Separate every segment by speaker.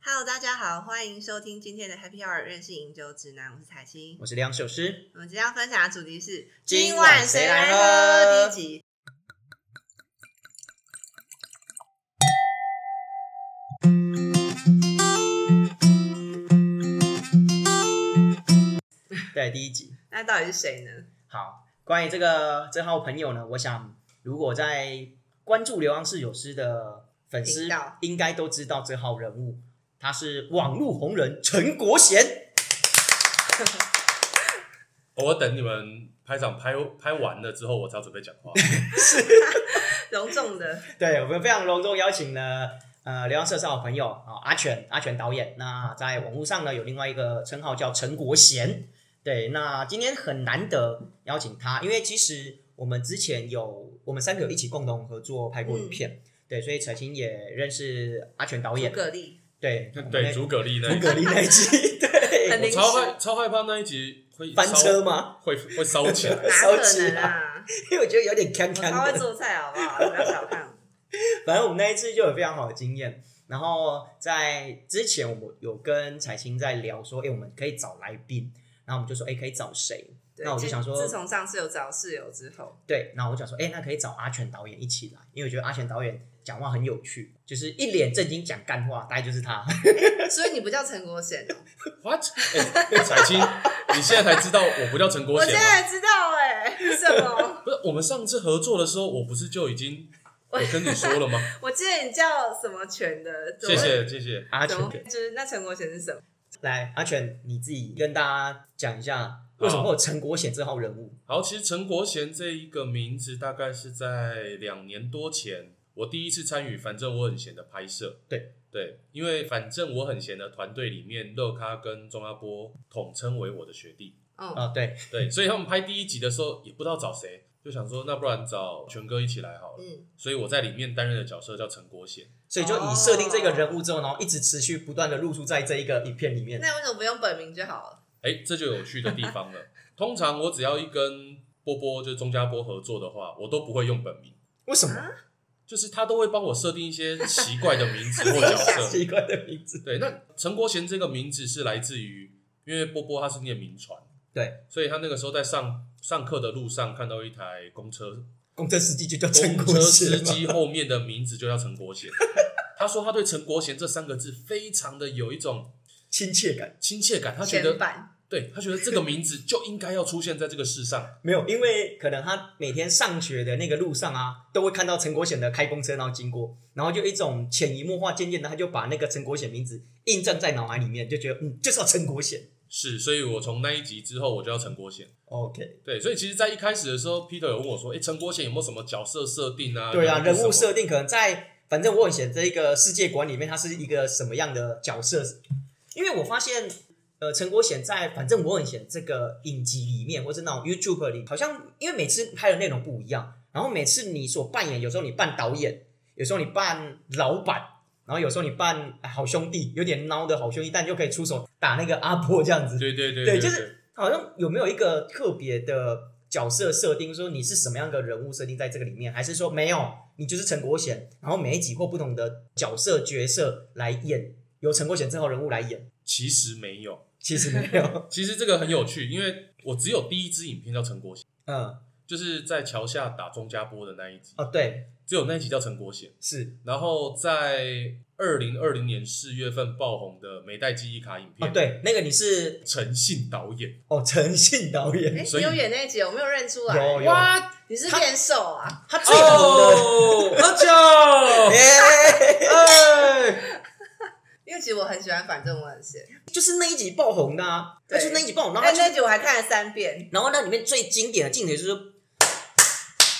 Speaker 1: Hello，大家好，欢迎收听今天的 Happy Hour 任性饮酒指南，我是彩青。
Speaker 2: 我是梁首诗，
Speaker 1: 我们今天要分享的主题是
Speaker 2: 今晚谁来喝
Speaker 1: 第一集。
Speaker 2: 对，第一集。
Speaker 1: 那到底是谁呢？
Speaker 2: 好，关于这个这号朋友呢，我想如果在关注流浪室有诗的粉丝
Speaker 1: 频道，
Speaker 2: 应该都知道这号人物，他是网络红人陈国贤。
Speaker 3: 哦我等你们拍场拍拍完了之后，我才要准备讲话。
Speaker 1: 隆重的，
Speaker 2: 对我们非常隆重邀请了呃流浪社是好朋友啊、阿全阿全导演。那在网络上呢有另外一个称号叫陈国贤。对，那今天很难得邀请他，因为其实我们之前有我们三个有一起共同合作拍过影片，对，所以彩青也认识阿全 导
Speaker 1: 嗯诸
Speaker 2: 演。
Speaker 1: 葛力，
Speaker 2: 对我们那
Speaker 3: 嗯对，诸葛力那一
Speaker 2: 诸
Speaker 3: 集，
Speaker 2: 葛力那一集， 对，
Speaker 1: 很
Speaker 3: 我
Speaker 1: 临时
Speaker 3: 超害超害怕那一集会
Speaker 2: 翻
Speaker 3: 烧
Speaker 2: 车，吗？
Speaker 3: 会会烧起来。
Speaker 1: 哪
Speaker 2: 烧啊
Speaker 1: 可
Speaker 2: 起
Speaker 1: 能
Speaker 2: 来，
Speaker 1: 啊？
Speaker 2: 因为我觉得有点
Speaker 1: 我
Speaker 2: 干干
Speaker 1: 超会
Speaker 2: 的。
Speaker 1: 做菜，好不 好？不要小看我。
Speaker 2: 反正我们那一次就有非常好的经验。然后在之前，我们有跟彩青在聊说，哎、我们可以找来宾，然后我们就说，哎、可以找谁？
Speaker 1: 对
Speaker 2: 那我就想说
Speaker 1: 自从上次有找室友之后，
Speaker 2: 对，然后我就想说，哎、那可以找阿全导演一起来，因为我觉得阿全导演讲话很有趣，就是一脸正经讲干话，大概就是他。
Speaker 1: 所以你不叫陈国贤 哦，
Speaker 3: What？哎，彩青， 你现在才知道我不叫陈国
Speaker 1: 我
Speaker 3: 贤
Speaker 1: 现
Speaker 3: 吗？
Speaker 1: 在才知道哎、什么？
Speaker 3: 不是，我们上次合作的时候，我不是就已经我跟你说了吗？
Speaker 1: 我记得你叫什么全的？怎么
Speaker 3: 谢。谢谢谢。
Speaker 2: 阿
Speaker 1: 怎
Speaker 2: 全
Speaker 1: 么，会？就是那陈国贤是什么？
Speaker 2: 来，阿全，你自己跟大家讲一下，为什么会有陈国显这号人物？
Speaker 3: 好，其实陈国贤这一个名字，大概是在两年多前，我第一次参与《反正我很闲》的拍摄。
Speaker 2: 对
Speaker 3: 对，因为《反正我很闲》的团队里面，乐咖跟钟阿波统称为我的学弟。
Speaker 1: 嗯，
Speaker 2: 哦，对，
Speaker 3: 对，所以他们拍第一集的时候也不知道找谁，就想说那不然找全哥一起来好了。
Speaker 1: 嗯，
Speaker 3: 所以我在里面担任的角色叫陈国贤，
Speaker 2: 所以就以设定这个人物之后，然后一直持续不断的露出在这一个影片里面。
Speaker 1: 那为什么不用本名就好了？
Speaker 3: 哎，这就有趣的地方了。通常我只要一跟波波就是钟家波合作的话，我都不会用本名，
Speaker 2: 为什么？
Speaker 3: 就是他都会帮我设定一些奇怪的名字
Speaker 1: 自
Speaker 3: 或角
Speaker 1: 己 想
Speaker 3: 色。
Speaker 2: 奇怪的名字。
Speaker 3: 对，那陈国贤这个名字是来自于，因为波波他是念民传，
Speaker 2: 对，
Speaker 3: 所以他那个时候在上上课的路上看到一台公车
Speaker 2: 公车司机就叫 陈
Speaker 3: 公
Speaker 2: 国
Speaker 3: 车
Speaker 2: 贤
Speaker 3: 司
Speaker 2: 吗，
Speaker 3: 机后面的名字就叫陈国贤。他说他对陈国贤这三个字非常的有一种
Speaker 2: 亲切感
Speaker 3: 亲切感，他觉
Speaker 1: 前
Speaker 3: 得
Speaker 1: 版
Speaker 3: 对他觉得这个名字就应该要出现在这个世上。
Speaker 2: 没有，因为可能他每天上学的那个路上啊，都会看到陈国显的开公车，然后经过，然后就一种潜移默化，渐渐的他就把那个陈国显名字印证在脑海里面，就觉得嗯，就是要陈国显。
Speaker 3: 是，所以我从那一集之后我就要陈国贤。
Speaker 2: OK，
Speaker 3: 对，所以其实，在一开始的时候，Peter 有问我说：“哎、陈国贤有没有什么角色设定啊？
Speaker 2: 对啊，人物
Speaker 3: 什么
Speaker 2: 设定可能在反正我很写这一个世界观里面，他是一个什么样的角色？因为我发现，呃，陈国显在反正我很闲这个影集里面，或是那种 YouTube 里，好像因为每次拍的内容不一样，然后每次你所扮演，有时候你扮导演，有时候你扮老板。然后有时候你扮哎好兄弟，有点孬的好兄弟，但就可以出手打那个阿婆这样子。
Speaker 3: 对对对
Speaker 2: 对
Speaker 3: 对，
Speaker 2: 就是好像有没有一个特别的角色设定，说你是什么样的人物设定在这个里面，还是说没有，你就是陈国贤，然后每一集或不同的角色角色来演，由陈国贤这号人物来演，
Speaker 3: 其实没有。
Speaker 2: 其实没有，
Speaker 3: 其实这个很有趣，因为我只有第一支影片叫陈国贤，
Speaker 2: 嗯，
Speaker 3: 就是在桥下打钟家波的那一集，
Speaker 2: 哦，对，
Speaker 3: 只有那一集叫陈国贤。
Speaker 2: 是，
Speaker 3: 然后在二零二零年四月份爆红的《没带记忆卡》影
Speaker 2: 哦
Speaker 3: 片，，
Speaker 2: 对，那个你是
Speaker 3: 陈信导演，
Speaker 2: 哦陈信导演，
Speaker 1: 哎，
Speaker 3: 所
Speaker 1: 你
Speaker 3: 以
Speaker 1: 有演那一集，我没有认出
Speaker 2: 有
Speaker 1: 来。
Speaker 2: 有，
Speaker 1: 你是变瘦啊？
Speaker 2: 他最红的，
Speaker 3: 喝酒，
Speaker 2: 哎
Speaker 3: 哎，
Speaker 1: 因为其实我很喜欢，反正我很闲。
Speaker 2: 就是那一集爆红的、啊，
Speaker 1: 对
Speaker 2: 就是那一集爆红，然后
Speaker 1: 哎，
Speaker 2: 他就
Speaker 1: 那一集我还看了三遍。
Speaker 2: 然后那里面最经典的镜头就是，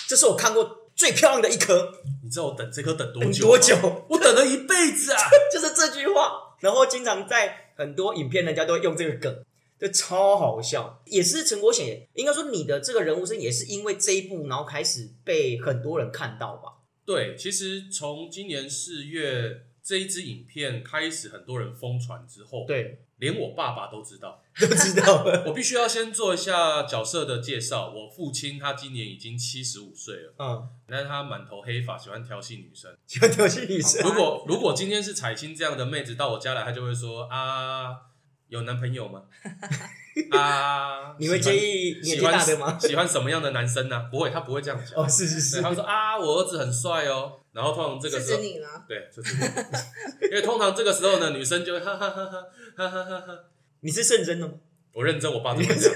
Speaker 2: 这是我看过最漂亮的一颗，
Speaker 3: 你知道我等这颗等多
Speaker 2: 等
Speaker 3: 久？
Speaker 2: 多？久？
Speaker 3: 我等了一辈子啊！
Speaker 2: 就是这句话。然后经常在很多影片，人家都会用这个梗，就超好笑。也是陈国显，应该说你的这个人物生也是因为这一部，然后开始被很多人看到吧？
Speaker 3: 对，其实从今年四月这一支影片开始很多人疯传之后，，
Speaker 2: 对，
Speaker 3: 连我爸爸都知道。
Speaker 2: 都知道了。
Speaker 3: 我必须要先做一下角色的介绍。我父亲他今年已经七十五岁了，
Speaker 2: 嗯，
Speaker 3: 但是他满头黑发，喜欢调戏女生。
Speaker 2: 喜欢调戏女生
Speaker 1: 好
Speaker 3: 如
Speaker 1: 吧
Speaker 3: 果如果今天是彩青这样的妹子到我家来，她就会说啊，有男朋 友吗？啊，
Speaker 2: 你会介意年
Speaker 3: 喜
Speaker 2: 纪
Speaker 3: 欢
Speaker 2: 大的吗？
Speaker 3: 喜欢什么样的男生呢、不会，他不会这样讲。
Speaker 2: 哦，是是
Speaker 3: 对
Speaker 2: 是
Speaker 3: 他，会说啊，我儿子很帅哦。然后通常这个
Speaker 1: 是
Speaker 3: 时
Speaker 1: 指
Speaker 3: 候，
Speaker 1: 你吗？
Speaker 3: 对，就是我 因为通常这个时候呢，女生就会哈哈哈哈哈哈哈哈。
Speaker 2: 你是圣真的吗？
Speaker 3: 我认真，我爸怎么会这样？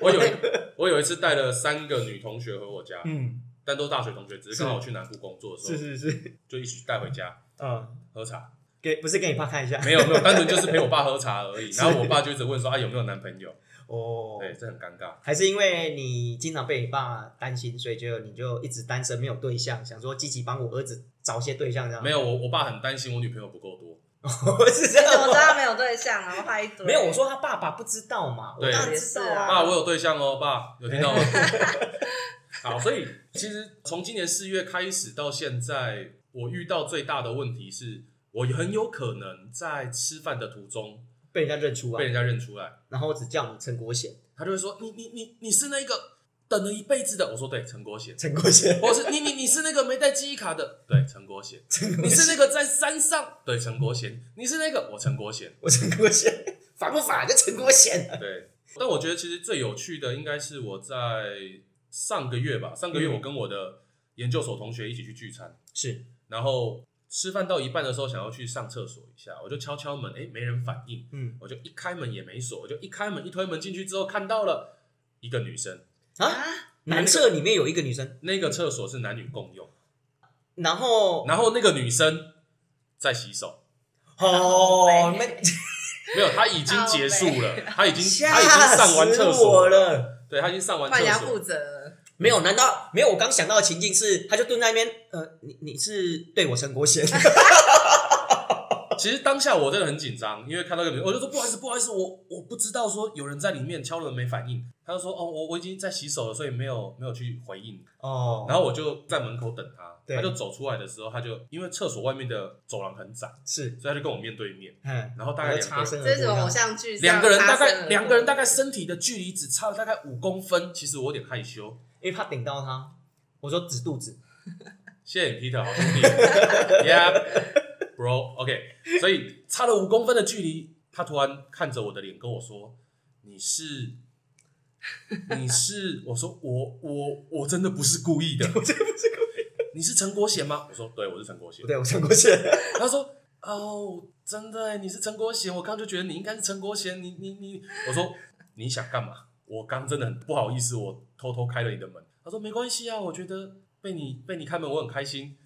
Speaker 3: 我有一 我有一次带了三个女同学回我家，
Speaker 2: 嗯，
Speaker 3: 但都是大学同学，只是刚
Speaker 2: 是
Speaker 3: 好去南部工作的
Speaker 2: 是
Speaker 3: 时候，
Speaker 2: 是是，
Speaker 3: 就一起带回家
Speaker 2: 嗯，
Speaker 3: 喝茶。
Speaker 2: 给不是给你爸看一下？
Speaker 3: 没有没有，单纯就是陪我爸喝茶而已。
Speaker 2: 是
Speaker 3: 然后我爸就一直问说啊有没有男朋友？
Speaker 2: 哦，
Speaker 3: 对，这很尴尬。
Speaker 2: 还是因为你经常被你爸担心，所以就你就一直单身没有对象，想说积极帮我儿子找些对象这样。
Speaker 3: 没有，我我爸很担心我女朋友不够多。
Speaker 2: 有，是这
Speaker 1: 你怎么
Speaker 2: 样
Speaker 1: 知
Speaker 2: 吗？
Speaker 1: 道他没有对象啊？我怕一堆。
Speaker 2: 没有，我说他爸爸不知道嘛，我
Speaker 3: 对
Speaker 2: 当然知道
Speaker 1: 啊
Speaker 3: 爸，我有对象哦，爸，有听到吗？ 好，所以其实从今年四月开始到现在，我遇到最大的问题是，我很有可能在吃饭的途中
Speaker 2: 被人家认出来，
Speaker 3: 被人家认出来，
Speaker 2: 然后我只叫你陈国贤，
Speaker 3: 他就会说：“你你你你是那个等了一辈子的。”我说：“对，陈国贤。
Speaker 2: 陈国”贤，
Speaker 3: 或者是你你你是那个没带记忆卡的，对，陈国贤。
Speaker 2: 陈国
Speaker 3: 你是
Speaker 2: 贤，
Speaker 3: 那个在山上，对，陈国贤。你是那个我陈国贤，
Speaker 2: 我陈国贤，烦不烦？就陈国贤，
Speaker 3: 对。但我觉得其实最有趣的应该是我在上个月吧，上个月
Speaker 2: 嗯
Speaker 3: 我跟我的研究所同学一起去聚餐，
Speaker 2: 是
Speaker 3: 然后吃饭到一半的时候想要去上厕所一下，我就敲敲门，哎，没人反应，
Speaker 2: 嗯
Speaker 3: 我就一开门也没锁，我就一开门一推门进去之后看到了一个女生，
Speaker 2: 啊，
Speaker 1: 啊，
Speaker 2: 男厕里面有一个女生，
Speaker 3: 那个厕所是男女共用，
Speaker 2: 然后
Speaker 3: 然后那个女生在洗手，
Speaker 2: 哦，
Speaker 1: 靠
Speaker 2: 那
Speaker 1: 北
Speaker 3: 没有，她已经结束了，她已经她 已
Speaker 2: 吓
Speaker 3: 经上完
Speaker 2: 死
Speaker 3: 厕
Speaker 2: 我
Speaker 3: 所，
Speaker 2: 了。
Speaker 3: 对，她已经上完
Speaker 1: 换人
Speaker 3: 厕
Speaker 1: 家
Speaker 3: 所
Speaker 1: 负，责了。
Speaker 2: 没有？难道没有？我刚想到的情境是，他就蹲在那边，呃，你你是对我陈国 贤，
Speaker 3: 其实当下我真的很紧张，因为看到一个女，我就说不好意思，不好意思，我我不知道说有人在里面敲了没反应。他就说哦，我我已经在洗手了，所以没有没有去回应。
Speaker 2: 哦，
Speaker 3: 然后我就在门口等他，
Speaker 2: 对
Speaker 3: 他就走出来的时候，他就因为厕所外面的走廊很窄，
Speaker 2: 是，
Speaker 3: 所以他就跟我面对面，
Speaker 2: 嗯，
Speaker 3: 然后大
Speaker 2: 我
Speaker 3: 概
Speaker 2: 在
Speaker 3: 两
Speaker 2: 擦
Speaker 3: 个
Speaker 2: 身而
Speaker 3: 人。
Speaker 1: 这
Speaker 2: 过
Speaker 1: 是什么偶像剧？
Speaker 3: 两个人大
Speaker 1: 这样
Speaker 3: 概
Speaker 1: 发生了
Speaker 3: 两个人大概身体的距离只差了大概五公分，其实我有点害羞。
Speaker 2: 因为怕顶到他，我说指肚子，
Speaker 3: 谢谢你 Peter，好兄 弟，Yeah，bro，OK，、所以差了五公分的距离，他突然看着我的脸跟我说：“ 你是，你是？”我说：“我我我真的不是故意的，
Speaker 2: 我这不是故意，
Speaker 3: 你是陈国贤吗？”我说：“对，我是陈国贤
Speaker 2: 不。对，我陈国贤，”
Speaker 3: 他说：“哦，真的耶，你是陈国贤，我刚就觉得你应该是陈国贤，你你你。”我说：“你想干嘛？我刚真的很不好意思，我偷偷开了你的门。”他说：“没关系啊，我觉得被你被你开门，我很开心。”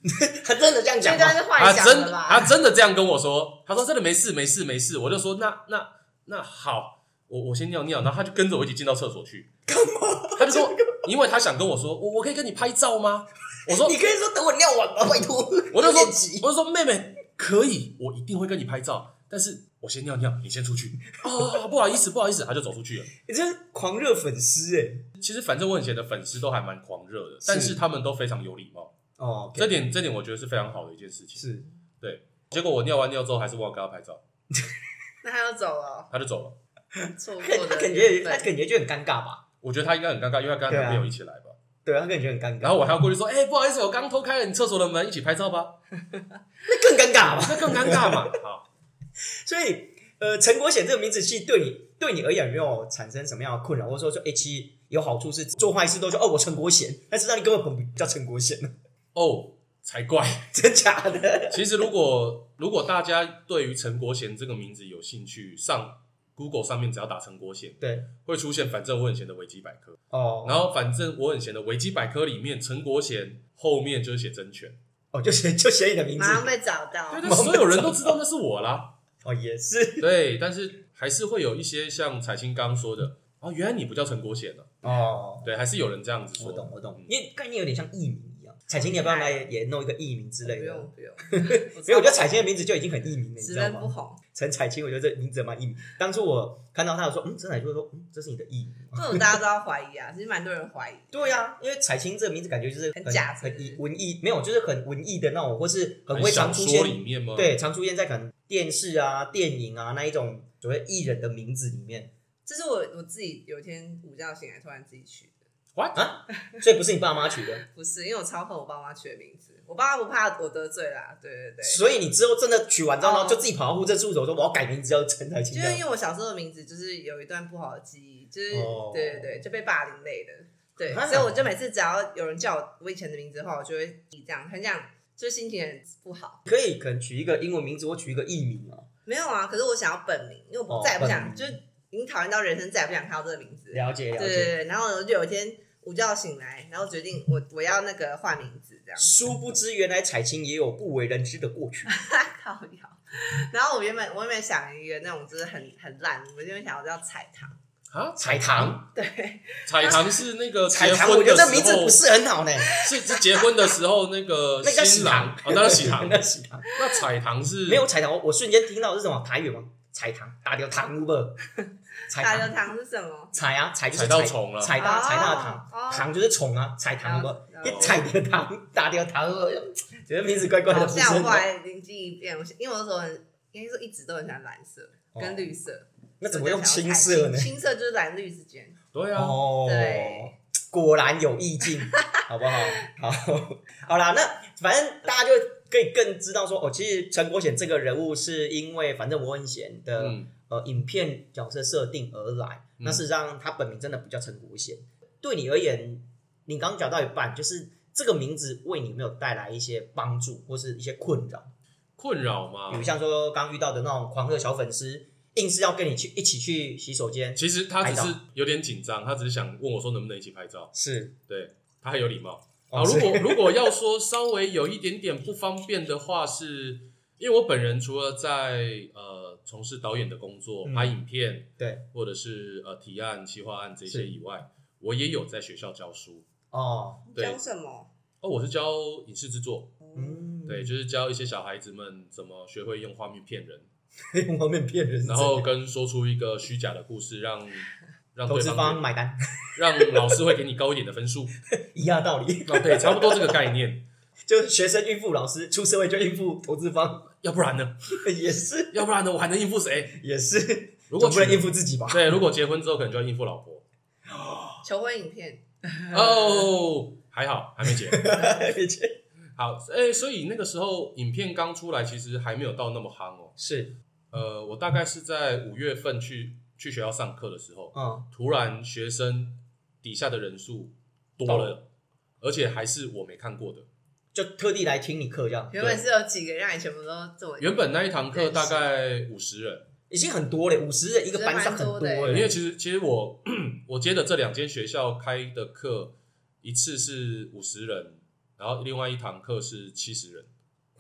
Speaker 2: 他真的这样
Speaker 1: 这
Speaker 2: 讲
Speaker 1: 应该
Speaker 2: 吗？
Speaker 1: 是幻
Speaker 3: 他
Speaker 1: 想
Speaker 3: 真
Speaker 1: 的吧？
Speaker 3: 他真的这样跟我说，他说真的没事没事没事，我就说那那那好，我我先尿尿，然后他就跟着我一起进到厕所去，干嘛？他就说，因为他想跟我说，我我可以跟你拍照吗？我说
Speaker 2: 你可以说等我尿完吧，拜托，
Speaker 3: 我就
Speaker 2: 有
Speaker 3: 说
Speaker 2: 点急
Speaker 3: 我就说妹妹可以，我一定会跟你拍照，但是我先尿尿，你先出去。哦，不好意思不好意思，他就走出去了。
Speaker 2: 你这是狂热粉丝哎，
Speaker 3: 其实反正问姐的粉丝都还蛮狂热的，但
Speaker 2: 是
Speaker 3: 是他们都非常有礼貌，
Speaker 2: 哦，
Speaker 3: 这点这点我觉得是非常好的一件事情。
Speaker 2: 是
Speaker 3: 结果我尿完尿之后还是忘了跟他拍照，
Speaker 1: 那他就走了，
Speaker 3: 他就走了。
Speaker 1: 错过
Speaker 2: 他
Speaker 1: 的
Speaker 2: 他感觉
Speaker 1: 缘
Speaker 2: 他
Speaker 1: 分
Speaker 2: 感觉就很尴尬吧？
Speaker 3: 我觉得他应该很尴尬，因为他跟他男朋友一起来吧。
Speaker 2: 对啊他感觉很尴
Speaker 3: 然
Speaker 2: 尬，
Speaker 3: 后我还要过去说：“哎、不好意思，我刚偷开了你厕所的门，一起拍照吧。
Speaker 2: 那更尴尬”吧？
Speaker 3: 那更尴 尬嘛。好，
Speaker 2: 所以，呃，陈国显这个名字其实对你对你而言有没有产生什么样的困扰，或者说说，哎、其实有好处是做坏事都说哦，我陈国显，但是让你根本不叫陈国显，
Speaker 3: 哦，才怪。
Speaker 2: 真假的？
Speaker 3: 其实如果如果大家对于陈国贤这个名字有兴趣，上 Google 上面只要打陈国贤，
Speaker 2: 对，
Speaker 3: 会出现“反正我很闲”的维基百科。
Speaker 2: 哦，
Speaker 3: 然后“反正我很闲”的维基百科里面，陈国贤后面就是写真权，
Speaker 2: 哦，就写就写你的名字
Speaker 1: 马，上被找到
Speaker 3: 对，。 对，所有人都知道那是 我啦。
Speaker 2: 哦，也是，
Speaker 3: 对，但是还是会有一些像彩青刚刚说的，哦，原来你不叫陈国贤呢、啊
Speaker 2: 哦，
Speaker 3: 对，还是有人这样子说。
Speaker 2: 我懂我懂
Speaker 3: 嗯，
Speaker 2: 因为概念有点像艺名一样，彩琴，你要不要来也弄一个艺名之
Speaker 1: 嗯
Speaker 2: 类
Speaker 1: 不
Speaker 2: 的？
Speaker 1: 用不用，
Speaker 2: 因为我觉得
Speaker 1: 才
Speaker 2: 彩琴的名字就已经很艺名了，你
Speaker 1: 只
Speaker 2: 知道
Speaker 1: 认不
Speaker 2: 吗？
Speaker 1: 红。
Speaker 2: 陈彩琴，我觉得这名字蛮艺名。当初我看到他，我说，嗯，陈彩琴，我说，嗯，这是你的艺名吗。
Speaker 1: 这种大家都要怀疑啊，其实蛮多人怀疑。
Speaker 2: 对呀、因为彩琴这个名字感觉就是
Speaker 1: 很
Speaker 2: 很
Speaker 1: 假
Speaker 2: 很
Speaker 1: 是不是
Speaker 2: 艺文艺，没有，就是很文艺的那种，或是很会
Speaker 3: 很
Speaker 2: 常
Speaker 3: 小
Speaker 2: 出
Speaker 3: 说
Speaker 2: 现，
Speaker 3: 里面吗？，
Speaker 2: 对，常出现在可能电视啊、电影啊那一种所谓艺人的名字里面
Speaker 1: 这是我我自己有一天午觉醒来突然自己取的，
Speaker 2: 啊，所以不是你爸妈取的，
Speaker 1: 不是因为我超恨我爸妈取的名字，我爸妈不怕我得罪啦，对 对对。
Speaker 2: 所以你之后真的取完之后呢，
Speaker 1: 哦
Speaker 2: 就自己跑到户政事务所说我要改名字叫陈彩琴
Speaker 1: 就
Speaker 2: 这
Speaker 1: 是
Speaker 2: 样
Speaker 1: 因为我小时候的名字就是有一段不好的记忆，就是、
Speaker 2: 哦
Speaker 1: 对对对，就被霸凌类的，对，
Speaker 2: 啊
Speaker 1: 所以我就每次只要有人叫我我以前的名字的话，我就会这样，很想就心情很不好。
Speaker 2: 可以可能取一个英文名字或取一个艺名啊，
Speaker 1: 没有啊，可是我想要本名，因为我
Speaker 2: 哦
Speaker 1: 再也不
Speaker 2: 本
Speaker 1: 想，
Speaker 2: 名
Speaker 1: 就是已经讨厌到人生再也不想看到这个名字。
Speaker 2: 了解了
Speaker 1: 对
Speaker 2: 解。
Speaker 1: 对对，然后我就有一天午觉醒来，然后决定我我要那个换名字这样。
Speaker 2: 殊不知，原来彩青也有不为人知的过去。
Speaker 1: 靠腰。然后我原本我原本想一个那种就是很很烂，我原本想要叫彩糖，
Speaker 3: 啊，彩堂，
Speaker 1: 对，
Speaker 3: 彩堂是那个
Speaker 2: 啊彩
Speaker 3: 结
Speaker 2: 堂，
Speaker 3: 婚
Speaker 2: 我
Speaker 3: 的
Speaker 2: 觉
Speaker 3: 时
Speaker 2: 得
Speaker 3: 候，
Speaker 2: 名字不是很好呢。
Speaker 3: 是是结婚的时候那个
Speaker 2: 那叫喜
Speaker 3: 新郎
Speaker 2: 糖
Speaker 3: 啊，，那叫喜 糖。嗯
Speaker 2: 那喜糖。
Speaker 3: 那彩堂是
Speaker 2: 没有彩堂，我我瞬间听到是什么台语吗？彩堂，打掉堂屋吧。 彩
Speaker 1: 大家
Speaker 2: 堂，
Speaker 1: 糖是什么？
Speaker 2: 彩啊，彩就是
Speaker 3: 踩到虫了
Speaker 2: 彩大彩大的
Speaker 1: 哦
Speaker 2: 堂，
Speaker 1: 哦
Speaker 2: 堂就是虫啊，彩堂吧
Speaker 1: 了。解
Speaker 2: 一踩掉堂，打掉堂，
Speaker 1: 哦
Speaker 2: 觉得名字怪怪的，
Speaker 1: 好
Speaker 2: 不
Speaker 1: 像
Speaker 2: 是
Speaker 1: 我后来灵机一变，我想因为我那时候很应该说一直都很喜欢蓝色跟绿色，
Speaker 2: 哦那怎么用
Speaker 1: 所以
Speaker 2: 青
Speaker 1: 我就想要
Speaker 2: 色呢
Speaker 1: 彩？青青色就是蓝绿之间。
Speaker 3: 对啊，
Speaker 2: 哦，
Speaker 1: 对
Speaker 2: 果然有意境，好不好？好，好啦，那 反正大家就可以更知道说，哦，其实陈国显这个人物是因为反正我很闲的、
Speaker 3: 嗯，
Speaker 2: 呃影片角色设定而来，
Speaker 3: 嗯
Speaker 2: 那事实上他本名真的不叫陈国显。对你而言，你刚刚讲到一半，就是这个名字为你有没有带来一些帮助或是一些困扰？
Speaker 3: 困扰
Speaker 2: 比
Speaker 3: 嘛
Speaker 2: 如。像说刚遇到的那种狂热小粉丝，硬是要跟你去一起去洗手间，
Speaker 3: 其实他只
Speaker 2: 拍
Speaker 3: 是有点紧张，他只是想问我说能不能一起拍照。
Speaker 2: 是
Speaker 3: 对他很有礼貌。
Speaker 2: 哦
Speaker 3: 啊，如
Speaker 2: 是
Speaker 3: 果如果要说稍微有一点点不方便的话是，因为我本人除了在呃从事导演的工作、
Speaker 2: 嗯
Speaker 3: 拍影片，
Speaker 2: 对，
Speaker 3: 或者是呃提案、企划案这
Speaker 2: 是
Speaker 3: 些以外，我也有在学校教书。
Speaker 2: 哦，
Speaker 1: 你
Speaker 3: 对
Speaker 1: 教什么？
Speaker 3: 哦，我是教影视制作，
Speaker 2: 嗯，
Speaker 3: 对，就是教一些小孩子们怎么学会用画面骗人，
Speaker 2: 用方面骗人 是
Speaker 3: 然后跟说出一个虚假的故事， 让让
Speaker 2: 投
Speaker 3: 对
Speaker 2: 资
Speaker 3: 方
Speaker 2: 方买单
Speaker 3: 让老师会给你高一点的分数。
Speaker 2: 一样道理，
Speaker 3: 哦，对，差不多这个概念。
Speaker 2: 就是学生应付老师，出社会就应付投资方，
Speaker 3: 要不然呢？
Speaker 2: 也是
Speaker 3: 要不然呢？我还能应付谁？
Speaker 2: 也是，
Speaker 3: 如果
Speaker 2: 总不能
Speaker 3: 娶
Speaker 2: 应付自己吧？
Speaker 3: 对，如果结婚之后可能就要应付老婆。
Speaker 1: 求婚影片。
Speaker 3: 哦，还好还没结。
Speaker 2: 是
Speaker 3: 好，哎、所以那个时候影片刚出来，其实还没有到那么夯哦。
Speaker 2: 是，
Speaker 3: 呃，我大概是在五月份去去学校上课的时候，
Speaker 2: 嗯，
Speaker 3: 突然学生底下的人数多了，而且还是我没看过的。
Speaker 2: 就特地来听你课这样，
Speaker 1: 原本是有几个让你全部都这么
Speaker 3: 原本那一堂课大概五十人，
Speaker 2: 已经很多了，五十人一个班上很
Speaker 1: 其实蛮多
Speaker 2: 了，
Speaker 1: 的
Speaker 3: 因为其实其实我 我接的这两间学校开的课，一次是五十人，然后另外一堂课是七十人，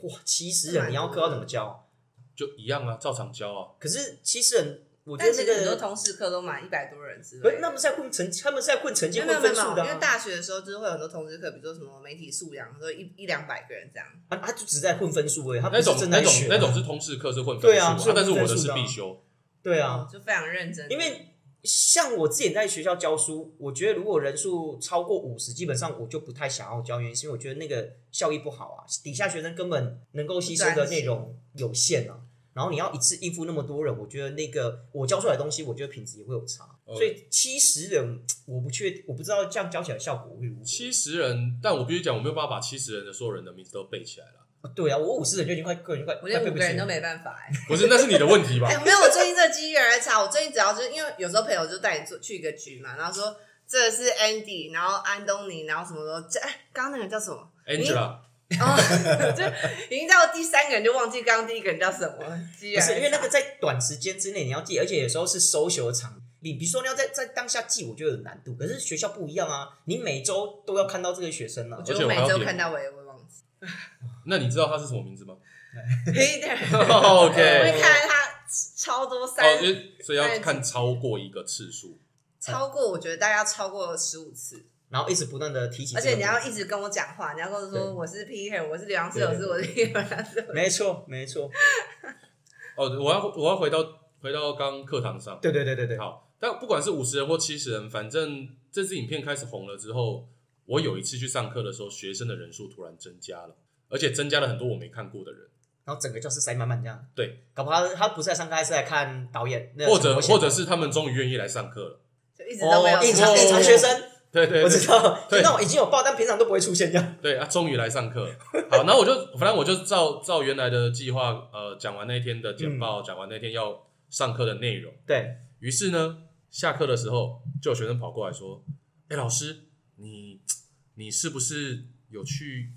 Speaker 2: 哇，七十人你要课要怎么教？
Speaker 3: 就一样啊，照常教啊。
Speaker 2: 可是七十人，我觉
Speaker 1: 但
Speaker 2: 得
Speaker 1: 其
Speaker 2: 那
Speaker 1: 实很多
Speaker 2: 个，
Speaker 1: 同事课都满一百多人之
Speaker 2: 可
Speaker 1: 类
Speaker 2: 是
Speaker 1: 的。
Speaker 2: 他们是在混成，他们是在混成绩、
Speaker 1: 没有没
Speaker 2: 混
Speaker 1: 有没
Speaker 2: 分
Speaker 1: 有，
Speaker 2: 数的
Speaker 1: 因为
Speaker 2: 啊，
Speaker 1: 大学的时候就是会有很多同事课，比如说什么媒体素养，说一一两百个人这样。
Speaker 2: 啊他就只在混分数而已，他不
Speaker 3: 那
Speaker 2: 是
Speaker 3: 种
Speaker 2: 真的
Speaker 3: 那
Speaker 2: 在
Speaker 3: 种
Speaker 2: 学啊
Speaker 3: 那种是通识课是混分
Speaker 2: 对
Speaker 3: 数、
Speaker 2: 啊是混
Speaker 3: 但是我
Speaker 2: 分
Speaker 3: 的
Speaker 2: 数
Speaker 3: 是
Speaker 2: 的啊
Speaker 3: 必修。
Speaker 2: 对啊，
Speaker 1: 就非常认真。
Speaker 2: 因为像我之前在学校教书，我觉得如果人数超过五十，基本上我就不太想要教，原因是因为我觉得那个效益不好啊，底下学生根本能够吸收的内容有限啊。然后你要一次应付那么多人，我觉得那个我教出来的东西，我觉得品质也会有差。
Speaker 3: 呃
Speaker 2: 所以七十人，我不确，我不知道这样教起来效果会如何。
Speaker 3: 七十人，但我必须讲，我没有办法把七十人的所有人的名字都背起来了。
Speaker 2: 对啊，我五十人就已经快，个人快，
Speaker 1: 我连五
Speaker 2: 快啊背不
Speaker 1: 个
Speaker 2: 起来
Speaker 1: 人都没办法 哎、
Speaker 3: 不是，那是你的问题吧
Speaker 1: 哎、？没有，我最近这机遇越来越差。我最近只要就是因为有时候朋友就带你做去一个局嘛，然后说这个是 Andy，然后安东尼，然后什么什么，这哎，刚刚那个叫什么？
Speaker 3: Angela，
Speaker 1: 哦，就已经到第三个人就忘记刚刚第一个人叫什么了。机遇越
Speaker 2: 不
Speaker 1: 来越
Speaker 2: 是因为那个
Speaker 1: 差
Speaker 2: 在短时间之内你要记，而且有时候是 social 的场，你比如说你要在在当下记，我觉得有难度。可是学校不一样啊，你每周都要看到这个学生
Speaker 1: 我
Speaker 2: 啊。
Speaker 1: 觉得
Speaker 3: 而且
Speaker 1: 我
Speaker 3: 我
Speaker 1: 每
Speaker 3: 还要
Speaker 1: 周
Speaker 3: 点
Speaker 1: 看到我也会忘 记。
Speaker 3: 那你知道他是什么名字吗
Speaker 1: Peter，我
Speaker 3: ？OK，
Speaker 1: 会看到他超多三、
Speaker 3: 哦，因为所以要看超过一个次数。
Speaker 1: 超过，我觉得大概要超过十五次。
Speaker 2: 然后一直不断的提起这
Speaker 1: 而
Speaker 2: 个名
Speaker 1: 且
Speaker 2: 字。
Speaker 1: 你要一直跟我讲话，你要跟我
Speaker 2: 对
Speaker 1: 说我是 Peter，我是刘洋志，
Speaker 2: 对
Speaker 1: 我
Speaker 2: 对
Speaker 1: 是我是 Peter，
Speaker 2: 没错，没错，
Speaker 3: 哦，我要我要回到回到刚刚课堂上。
Speaker 2: 对对对对对，
Speaker 3: 好，但不管是五十人或七十人，反正这支影片开始红了之后，我有一次去上课的时候，学生的人数突然增加了，而且增加了很多我没看过的人，
Speaker 2: 然后整个教室塞满满这样。
Speaker 3: 对，
Speaker 2: 搞不好他他不是来上课，他是来看导演，那个
Speaker 3: 或
Speaker 2: 陈
Speaker 3: 者
Speaker 2: 柏贤
Speaker 3: 或者是他们终于愿意来上课了。
Speaker 1: 就一直都没有
Speaker 2: 哦，
Speaker 1: 出
Speaker 2: 隐
Speaker 1: 现。
Speaker 2: 藏隐藏学生，
Speaker 3: 对对
Speaker 2: 我
Speaker 3: 对
Speaker 2: 知道，就
Speaker 3: 对
Speaker 2: 那种已经有报，但平常都不会出现这样。
Speaker 3: 对啊，终于来上课。 好，然后我就反正我就照照原来的计划，呃，讲完那天的简报，讲完那天要上课的内容。
Speaker 2: 对，
Speaker 3: 于是呢，下课的时候就有学生跑过来说：“哎、老师，你你是不是有去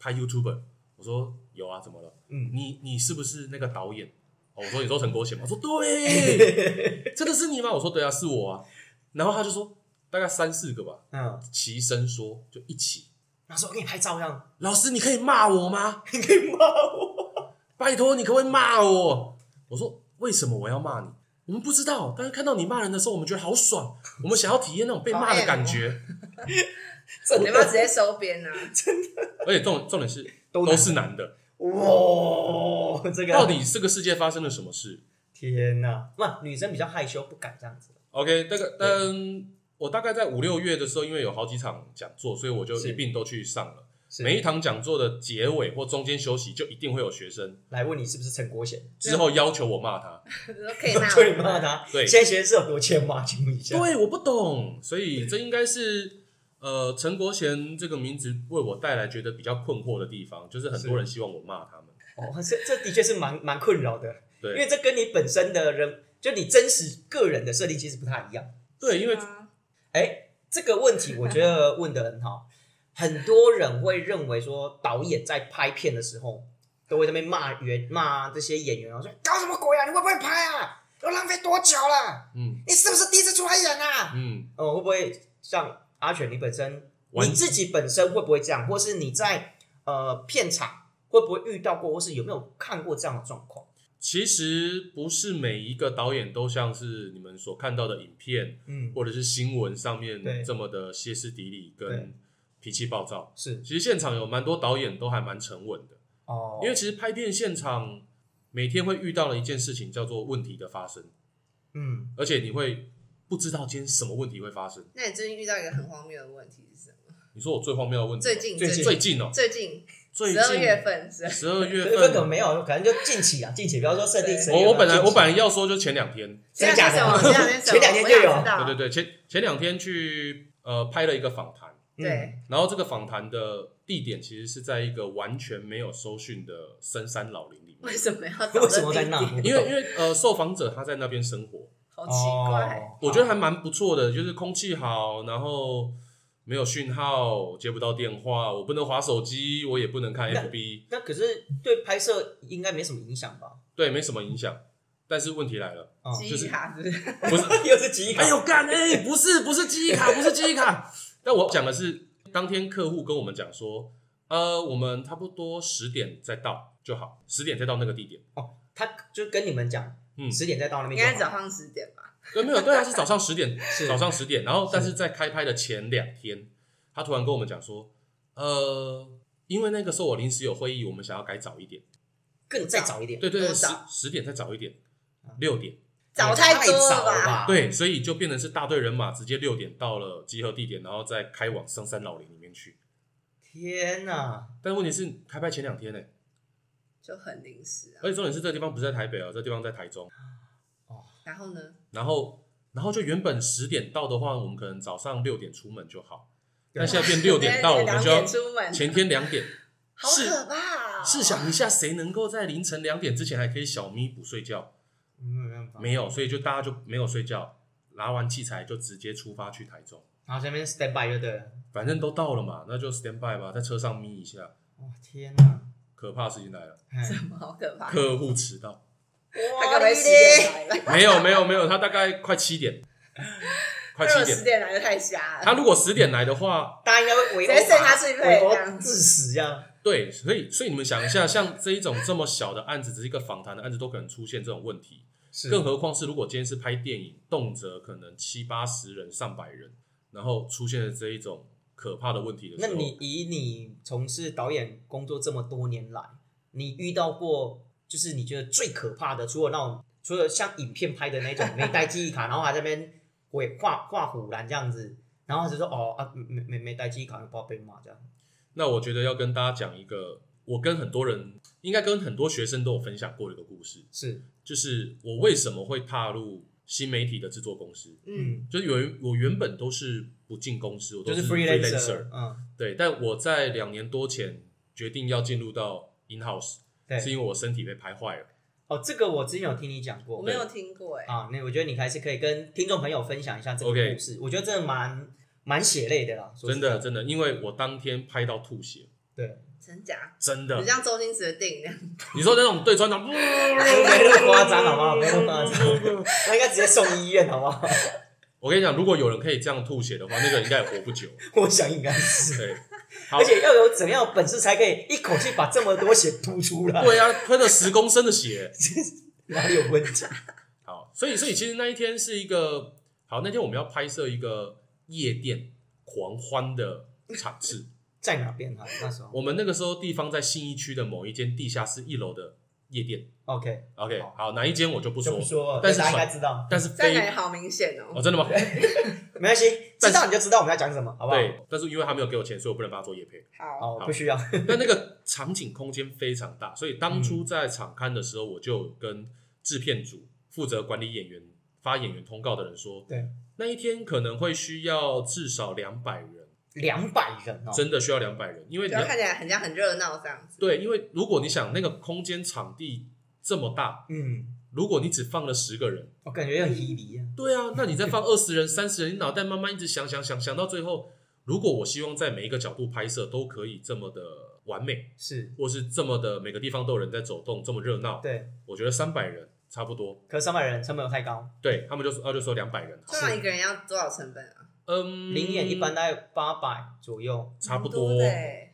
Speaker 3: 拍 YouTuber？” 我说：“有啊，怎么了？
Speaker 2: 嗯，
Speaker 3: 你你是不是那个导演？”哦，我说：“你说陈国贤吗？”我说：“对，真的是你吗？”我说：“对啊，是我啊。”然后他就说：“大概三四个吧，
Speaker 2: 嗯，
Speaker 3: 齐声说，就一起。”
Speaker 2: 然后说我给你拍照这样，
Speaker 3: 老师，你可以骂我吗？
Speaker 2: 你可以骂我。
Speaker 3: 拜托，你可不可以骂我？我说为什么我要骂你？我们不知道，但是看到你骂人的时候，我们觉得好 爽，我们想要体验那种被骂的感觉。
Speaker 2: 真
Speaker 1: 你要不要直接收编呢、啊？
Speaker 3: 而且重重点是
Speaker 2: 都
Speaker 3: 都是男的，
Speaker 2: 哇，这个
Speaker 3: 到底这个世界发生了什么事
Speaker 2: 天哪！不，女生比较害羞，不敢这样子。
Speaker 3: ？OK，那个但我大概在五六月的时候，因为有好几场讲座，所以我就是一并都去上了。
Speaker 2: 是
Speaker 3: 每一堂讲座的结尾或中间休息，就一定会有学生
Speaker 2: 来问你是不是陈国贤，
Speaker 3: 之后要求我骂他。
Speaker 1: 你说可以骂
Speaker 2: 就你
Speaker 1: 我吗？
Speaker 2: 骂他。
Speaker 3: 对
Speaker 2: 现在学生是有多欠骂？请问一下。
Speaker 3: 对，我不懂，所以这应该是呃陈国贤这个名字为我带来觉得比较困惑的地方，就是很多人希望我骂他们。
Speaker 2: 哦，这这的确是蛮蛮困扰的，因为
Speaker 3: 对
Speaker 2: 这跟你本身的人，就你真实个人的设定其实不太一样。
Speaker 3: 对，因为
Speaker 1: 啊
Speaker 2: 哎，这个问题我觉得问的很好。很多人会认为说，导演在拍片的时候都会在那边骂员骂这些演员，然后说搞什么鬼啊？你会不会拍啊？都浪费多久了？
Speaker 3: 嗯
Speaker 2: 你是不是第一次出来演啊？
Speaker 3: 嗯，
Speaker 2: 呃，会不会像阿全你本身，
Speaker 3: 完
Speaker 2: 你自己本身会不会这样，或是你在呃片场会不会遇到过，或是有没有看过这样的状况？
Speaker 3: 其实不是每一个导演都像是你们所看到的影片
Speaker 2: 嗯，
Speaker 3: 或者是新闻上
Speaker 2: 对
Speaker 3: 面这么的歇斯底里
Speaker 2: 对
Speaker 3: 跟脾气暴躁。
Speaker 2: 是
Speaker 3: 其实现场有蛮多导演都还蛮沉稳的，
Speaker 2: 哦，
Speaker 3: 因为其实拍片现场每天会遇到的一件事情叫做问题的发生，
Speaker 2: 嗯，
Speaker 3: 而且你会不知道今天什么问题会发生。
Speaker 1: 那你最近遇到一个很荒谬的问题是什么？
Speaker 3: 你说我最荒谬的问题吗，
Speaker 1: 最近
Speaker 2: 最
Speaker 1: 最近
Speaker 2: 近
Speaker 3: 最近哦，
Speaker 1: 最近
Speaker 3: 最
Speaker 1: 十
Speaker 3: 近
Speaker 1: 二月份是
Speaker 3: 十二月
Speaker 2: 这个
Speaker 3: 份哦
Speaker 2: 可能没有，可能就近期啊，近期，比方说设定
Speaker 1: 对
Speaker 2: 谁有没有
Speaker 3: 嗯我我本来
Speaker 2: 近期
Speaker 3: 我本来要说就前两天，
Speaker 2: 真的假
Speaker 1: 什么？
Speaker 2: 的？
Speaker 1: 前两天什啊么？
Speaker 2: 前两天就有
Speaker 1: 我想知道
Speaker 3: 啊对对对，前前两天去呃拍了一个访谈，
Speaker 2: 嗯
Speaker 1: 对，
Speaker 3: 然后这个访谈的地点其实是在一个完全没有搜讯的深山老林里
Speaker 1: 为
Speaker 3: 面，
Speaker 1: 什么要
Speaker 2: 嗯
Speaker 1: 找
Speaker 2: 为什么
Speaker 1: 这
Speaker 2: 在
Speaker 1: 地
Speaker 2: 那？
Speaker 1: 点
Speaker 2: 我不
Speaker 3: 因为
Speaker 2: 懂
Speaker 3: 因为呃受访者他在那边生活，
Speaker 1: 好奇怪，
Speaker 2: 哦
Speaker 3: 我觉得还蛮不错的，就是空气好，然后没有讯号，接不到电话，我不能划手机，我也不能看
Speaker 2: 那
Speaker 3: FB，
Speaker 2: 那可是对拍摄应该没什么影响吧？
Speaker 3: 对，没什么影响。但是问题来了，
Speaker 2: 哦
Speaker 1: 记
Speaker 3: 就是
Speaker 1: 忆卡是不是？
Speaker 3: 不是
Speaker 2: 嗯 又是记忆卡
Speaker 3: 哎，呦干哎、不是不是记忆卡，不是记忆卡。 但我讲的是，当天客户跟我们讲说，呃，我们差不多十点再到就好，十点再到那个地点。
Speaker 2: 哦，他就跟你们讲，
Speaker 3: 嗯
Speaker 2: 十点再到那
Speaker 1: 应
Speaker 2: 边
Speaker 1: 该
Speaker 2: 就好，
Speaker 1: 早上十点吧？
Speaker 3: 对，没有，对啊， 是早上十点
Speaker 2: 是，
Speaker 3: 早上十点。然后
Speaker 2: 是，
Speaker 3: 但是在开拍的前两天，他突然跟我们讲说，呃，因为那个时候我临时有会议，我们想要改早一点。
Speaker 2: 更再早一点，
Speaker 3: 对对对，
Speaker 1: 多
Speaker 3: 十
Speaker 1: 早
Speaker 3: 十点再早啊一点，六点。
Speaker 1: 早太多
Speaker 2: 哎早
Speaker 1: 了
Speaker 2: 了
Speaker 1: 吧？
Speaker 3: 对，所以就变成是大队人马直接六点到了集合地点，然后再开往深山老林里面去。
Speaker 2: 天哪！
Speaker 3: 但问题是，开拍前两天呢、
Speaker 1: 就很临时啊。
Speaker 3: 而且重点是这地方不是在台北哦，这地方在台中。
Speaker 1: 然后呢？
Speaker 3: 然后，然后就原本十点到的话，我们可能早上六点出门就好，但现在变六点到，我们
Speaker 1: 哎两
Speaker 3: 就要
Speaker 1: 点出门，
Speaker 3: 前天两点。
Speaker 1: 好
Speaker 3: 是
Speaker 1: 可怕、哦！
Speaker 3: 试想一下，谁能够在凌晨两点之前还可以小咪不睡觉？
Speaker 2: 没有办法，
Speaker 3: 没有，所以就大家就没有睡觉，拿完器材就直接出发去台中。
Speaker 2: 然后这边 stand by 就对了。
Speaker 3: 反正都到了嘛，那就 stand by 吧，在车上眯一下。
Speaker 2: 哇、天哪！
Speaker 3: 可怕的事情来了，
Speaker 2: 哎
Speaker 1: 什么好可怕？
Speaker 3: 客户迟到。
Speaker 1: 他该不会十点来了？
Speaker 3: 没有没有没有，他大概快七 点，快七
Speaker 1: 如果十
Speaker 3: 点。
Speaker 1: 点来的太瞎
Speaker 3: 他
Speaker 1: 了。
Speaker 3: 如果十点来的话，
Speaker 2: 大家应该会围殴
Speaker 1: 直接
Speaker 2: 吧
Speaker 1: 剩他最配
Speaker 2: 围
Speaker 1: 这样
Speaker 2: 殴致死这样。
Speaker 3: 对，所以所以你们想一下，像这一种这么小的案子，只是一个访谈的案子，都可能出现这种问题，
Speaker 2: 是
Speaker 3: 更何况是如果今天是拍电影，动辄可能七八十人、上百人，然后出现了这一种可怕的问题的时
Speaker 2: 那
Speaker 3: 候，
Speaker 2: 你以你从事导演工作这么多年来，你遇到过就是你觉得最可怕的，除了那种除了像影片拍的那种没带记忆卡，然后还在那边鬼画画虎兰这样子，然后就说哦啊没没没带记忆卡，不知道被骂这样。
Speaker 3: 那我觉得要跟大家讲一个，我跟很多人，应该跟很多学生都有分享过的一个故事，
Speaker 2: 是，
Speaker 3: 就是我为什么会踏入新媒体的制作公司。
Speaker 1: 嗯，
Speaker 2: 嗯，
Speaker 3: 就是有我原本都是不进公司，我都
Speaker 2: 就是
Speaker 3: freelancer，
Speaker 2: freelancer，嗯，
Speaker 3: 对。但我在两年多前决定要进入到 in house，是
Speaker 2: 对。
Speaker 3: 因为我身体被拍坏了。
Speaker 2: 哦，这个我之前有听你讲过，
Speaker 1: 我没有听过哎、
Speaker 2: 啊，那我觉得你还是可以跟听众朋友分享一下这个
Speaker 3: OK
Speaker 2: 故事我觉得这蛮蛮血泪的啦，说实
Speaker 3: 真的
Speaker 2: 在
Speaker 3: 真的，因为我当天拍到吐血，
Speaker 2: 对，
Speaker 1: 真假？
Speaker 3: 真
Speaker 1: 很
Speaker 3: 的。
Speaker 1: 像周星驰的电影那样，
Speaker 3: 你说那种对穿肠，不
Speaker 2: 没那么夸张好不好没那么夸张那应该直接送医院好不好？
Speaker 3: 我跟你讲，如果有人可以这样吐血的话，那个人应该也活不久。
Speaker 2: 我想应该是，
Speaker 3: 对，好
Speaker 2: 而，且要有怎样的本事才可以一口气把这么多血吐出来？
Speaker 3: 对啊，喷了十公升的血。
Speaker 2: 哪里有问题？
Speaker 3: 好，所以所以其实那一天是一个好，那天我们要拍摄一个夜店狂欢的场次。
Speaker 2: 在哪边啊？那时候
Speaker 3: 我们那个时候地方在信义区的某一间地下室一楼的夜店。
Speaker 2: OK，
Speaker 3: OK，
Speaker 2: 好
Speaker 3: 好，哪一间我就不
Speaker 2: 就
Speaker 3: 说
Speaker 2: 不，说了，
Speaker 3: 但是
Speaker 2: 大家应该
Speaker 3: 传
Speaker 2: 知道，
Speaker 3: 但是
Speaker 1: 这样感觉
Speaker 3: 非
Speaker 1: 好明显哦、
Speaker 3: 哦，真的 吗？
Speaker 2: 没关系，知
Speaker 3: 但是
Speaker 2: 道你就知道我们要讲什么，好不好？
Speaker 3: 对，但是因为他没有给我钱，所以我不能帮他做夜配。
Speaker 1: 好，
Speaker 2: 好，
Speaker 3: 好
Speaker 2: 不需要。
Speaker 3: 但那个场景空间非常大，所以当初
Speaker 2: 嗯
Speaker 3: 在场刊的时候，我就跟制片组负责管理演员发演员通告的人说，
Speaker 2: 对，
Speaker 3: 那一天可能会需要至少两百人，
Speaker 2: 两百人哦，
Speaker 3: 真的需要两百人，因为
Speaker 1: 不
Speaker 3: 你
Speaker 1: 要
Speaker 3: 要
Speaker 1: 看起来很像很热闹这样子。
Speaker 3: 对，因为如果你想那个空间场地这么大，
Speaker 2: 嗯，
Speaker 3: 如果你只放了十个人，
Speaker 2: 我感觉很 heavy 啊。
Speaker 3: 对啊，那你再放二十人、三十人，你脑袋慢慢一直想想想想到最后，如果我希望在每一个角度拍摄都可以这么的完美，
Speaker 2: 是，
Speaker 3: 或是这么的每个地方都有人在走动，这么热闹，
Speaker 2: 对，
Speaker 3: 我觉得三百人差不多。
Speaker 2: 可三百人成本又太高，
Speaker 3: 对他们就说，啊，就说两百人，
Speaker 1: 通常一个人要多少成本啊？
Speaker 3: 嗯，
Speaker 2: 零演一般啊大概八百左右。
Speaker 3: 差不
Speaker 1: 蛮
Speaker 3: 多
Speaker 1: 的，欸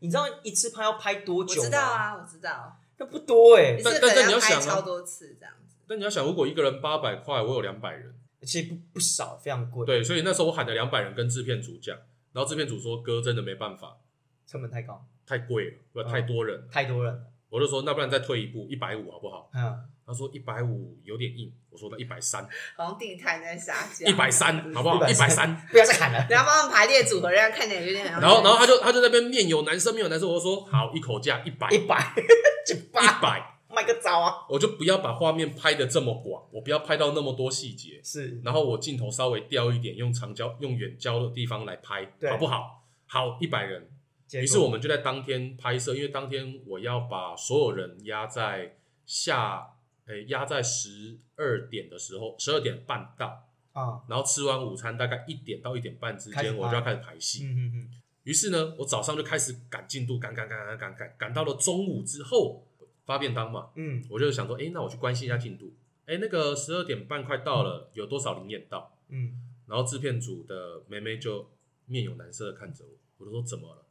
Speaker 2: 你知道一次拍要拍多
Speaker 1: 我
Speaker 2: 久吗？
Speaker 1: 知道，啊，我知道，
Speaker 2: 那不多哎、
Speaker 1: 一
Speaker 3: 但
Speaker 1: 次可
Speaker 3: 但
Speaker 1: 能
Speaker 3: 你要
Speaker 1: 拍
Speaker 3: 想啊
Speaker 1: 超多次这样子。
Speaker 3: 但你要想，如果一个人八百块，我有两百人，
Speaker 2: 其实不不少，非常贵，，
Speaker 3: 对，所以那时候我喊了两百人跟制片组讲，然后制片组说，哥真的没办法，
Speaker 2: 成本太高，
Speaker 3: 太贵了，不
Speaker 2: 嗯
Speaker 3: 太多人了，
Speaker 2: 太多人了，
Speaker 3: 我就说，那不然再退一步，一百五好不好？
Speaker 2: 嗯，
Speaker 3: 他说一百五有点硬，我说那一百三，
Speaker 1: 好像地摊在撒娇，
Speaker 3: 一百，
Speaker 2: 啊
Speaker 3: 三好不好？一百
Speaker 2: 130
Speaker 3: 三，
Speaker 2: 不要再喊了，
Speaker 1: 然后帮他们排列组合，让他看起来有点很像。
Speaker 3: 然后然后他就他就在那边面有男生面有男生，我就说好一口 价一百
Speaker 2: 一百 就八，
Speaker 3: 一百，
Speaker 2: 卖个招啊，
Speaker 3: 我就不要把画面拍的这么广，我不要拍到那么多细节，
Speaker 2: 是
Speaker 3: 然后我镜头稍微调一点，用长焦、用远焦的地方来拍，
Speaker 2: 对
Speaker 3: 好不好？好，一百人。
Speaker 2: 结
Speaker 3: 于
Speaker 2: 果
Speaker 3: 是我们就在当天拍摄，因为当天我要把所有人压在下，诶、压在十二点的时候，十二点半到，
Speaker 2: 啊，
Speaker 3: 然后吃完午餐大概一点到一点半之
Speaker 2: 开始
Speaker 3: 间，
Speaker 2: 拍
Speaker 3: 我就要开始排戏。
Speaker 2: 嗯嗯嗯，
Speaker 3: 于是呢，我早上就开始赶进度，赶赶赶赶赶赶，赶到了中午之后发便当嘛，
Speaker 2: 嗯
Speaker 3: 我就想说，诶、那我去关心一下进度。诶、那个十二点半快到了，有多少零点到？
Speaker 2: 嗯，
Speaker 3: 然后制片组的妹妹就面有难色的看着我，我就说怎么了？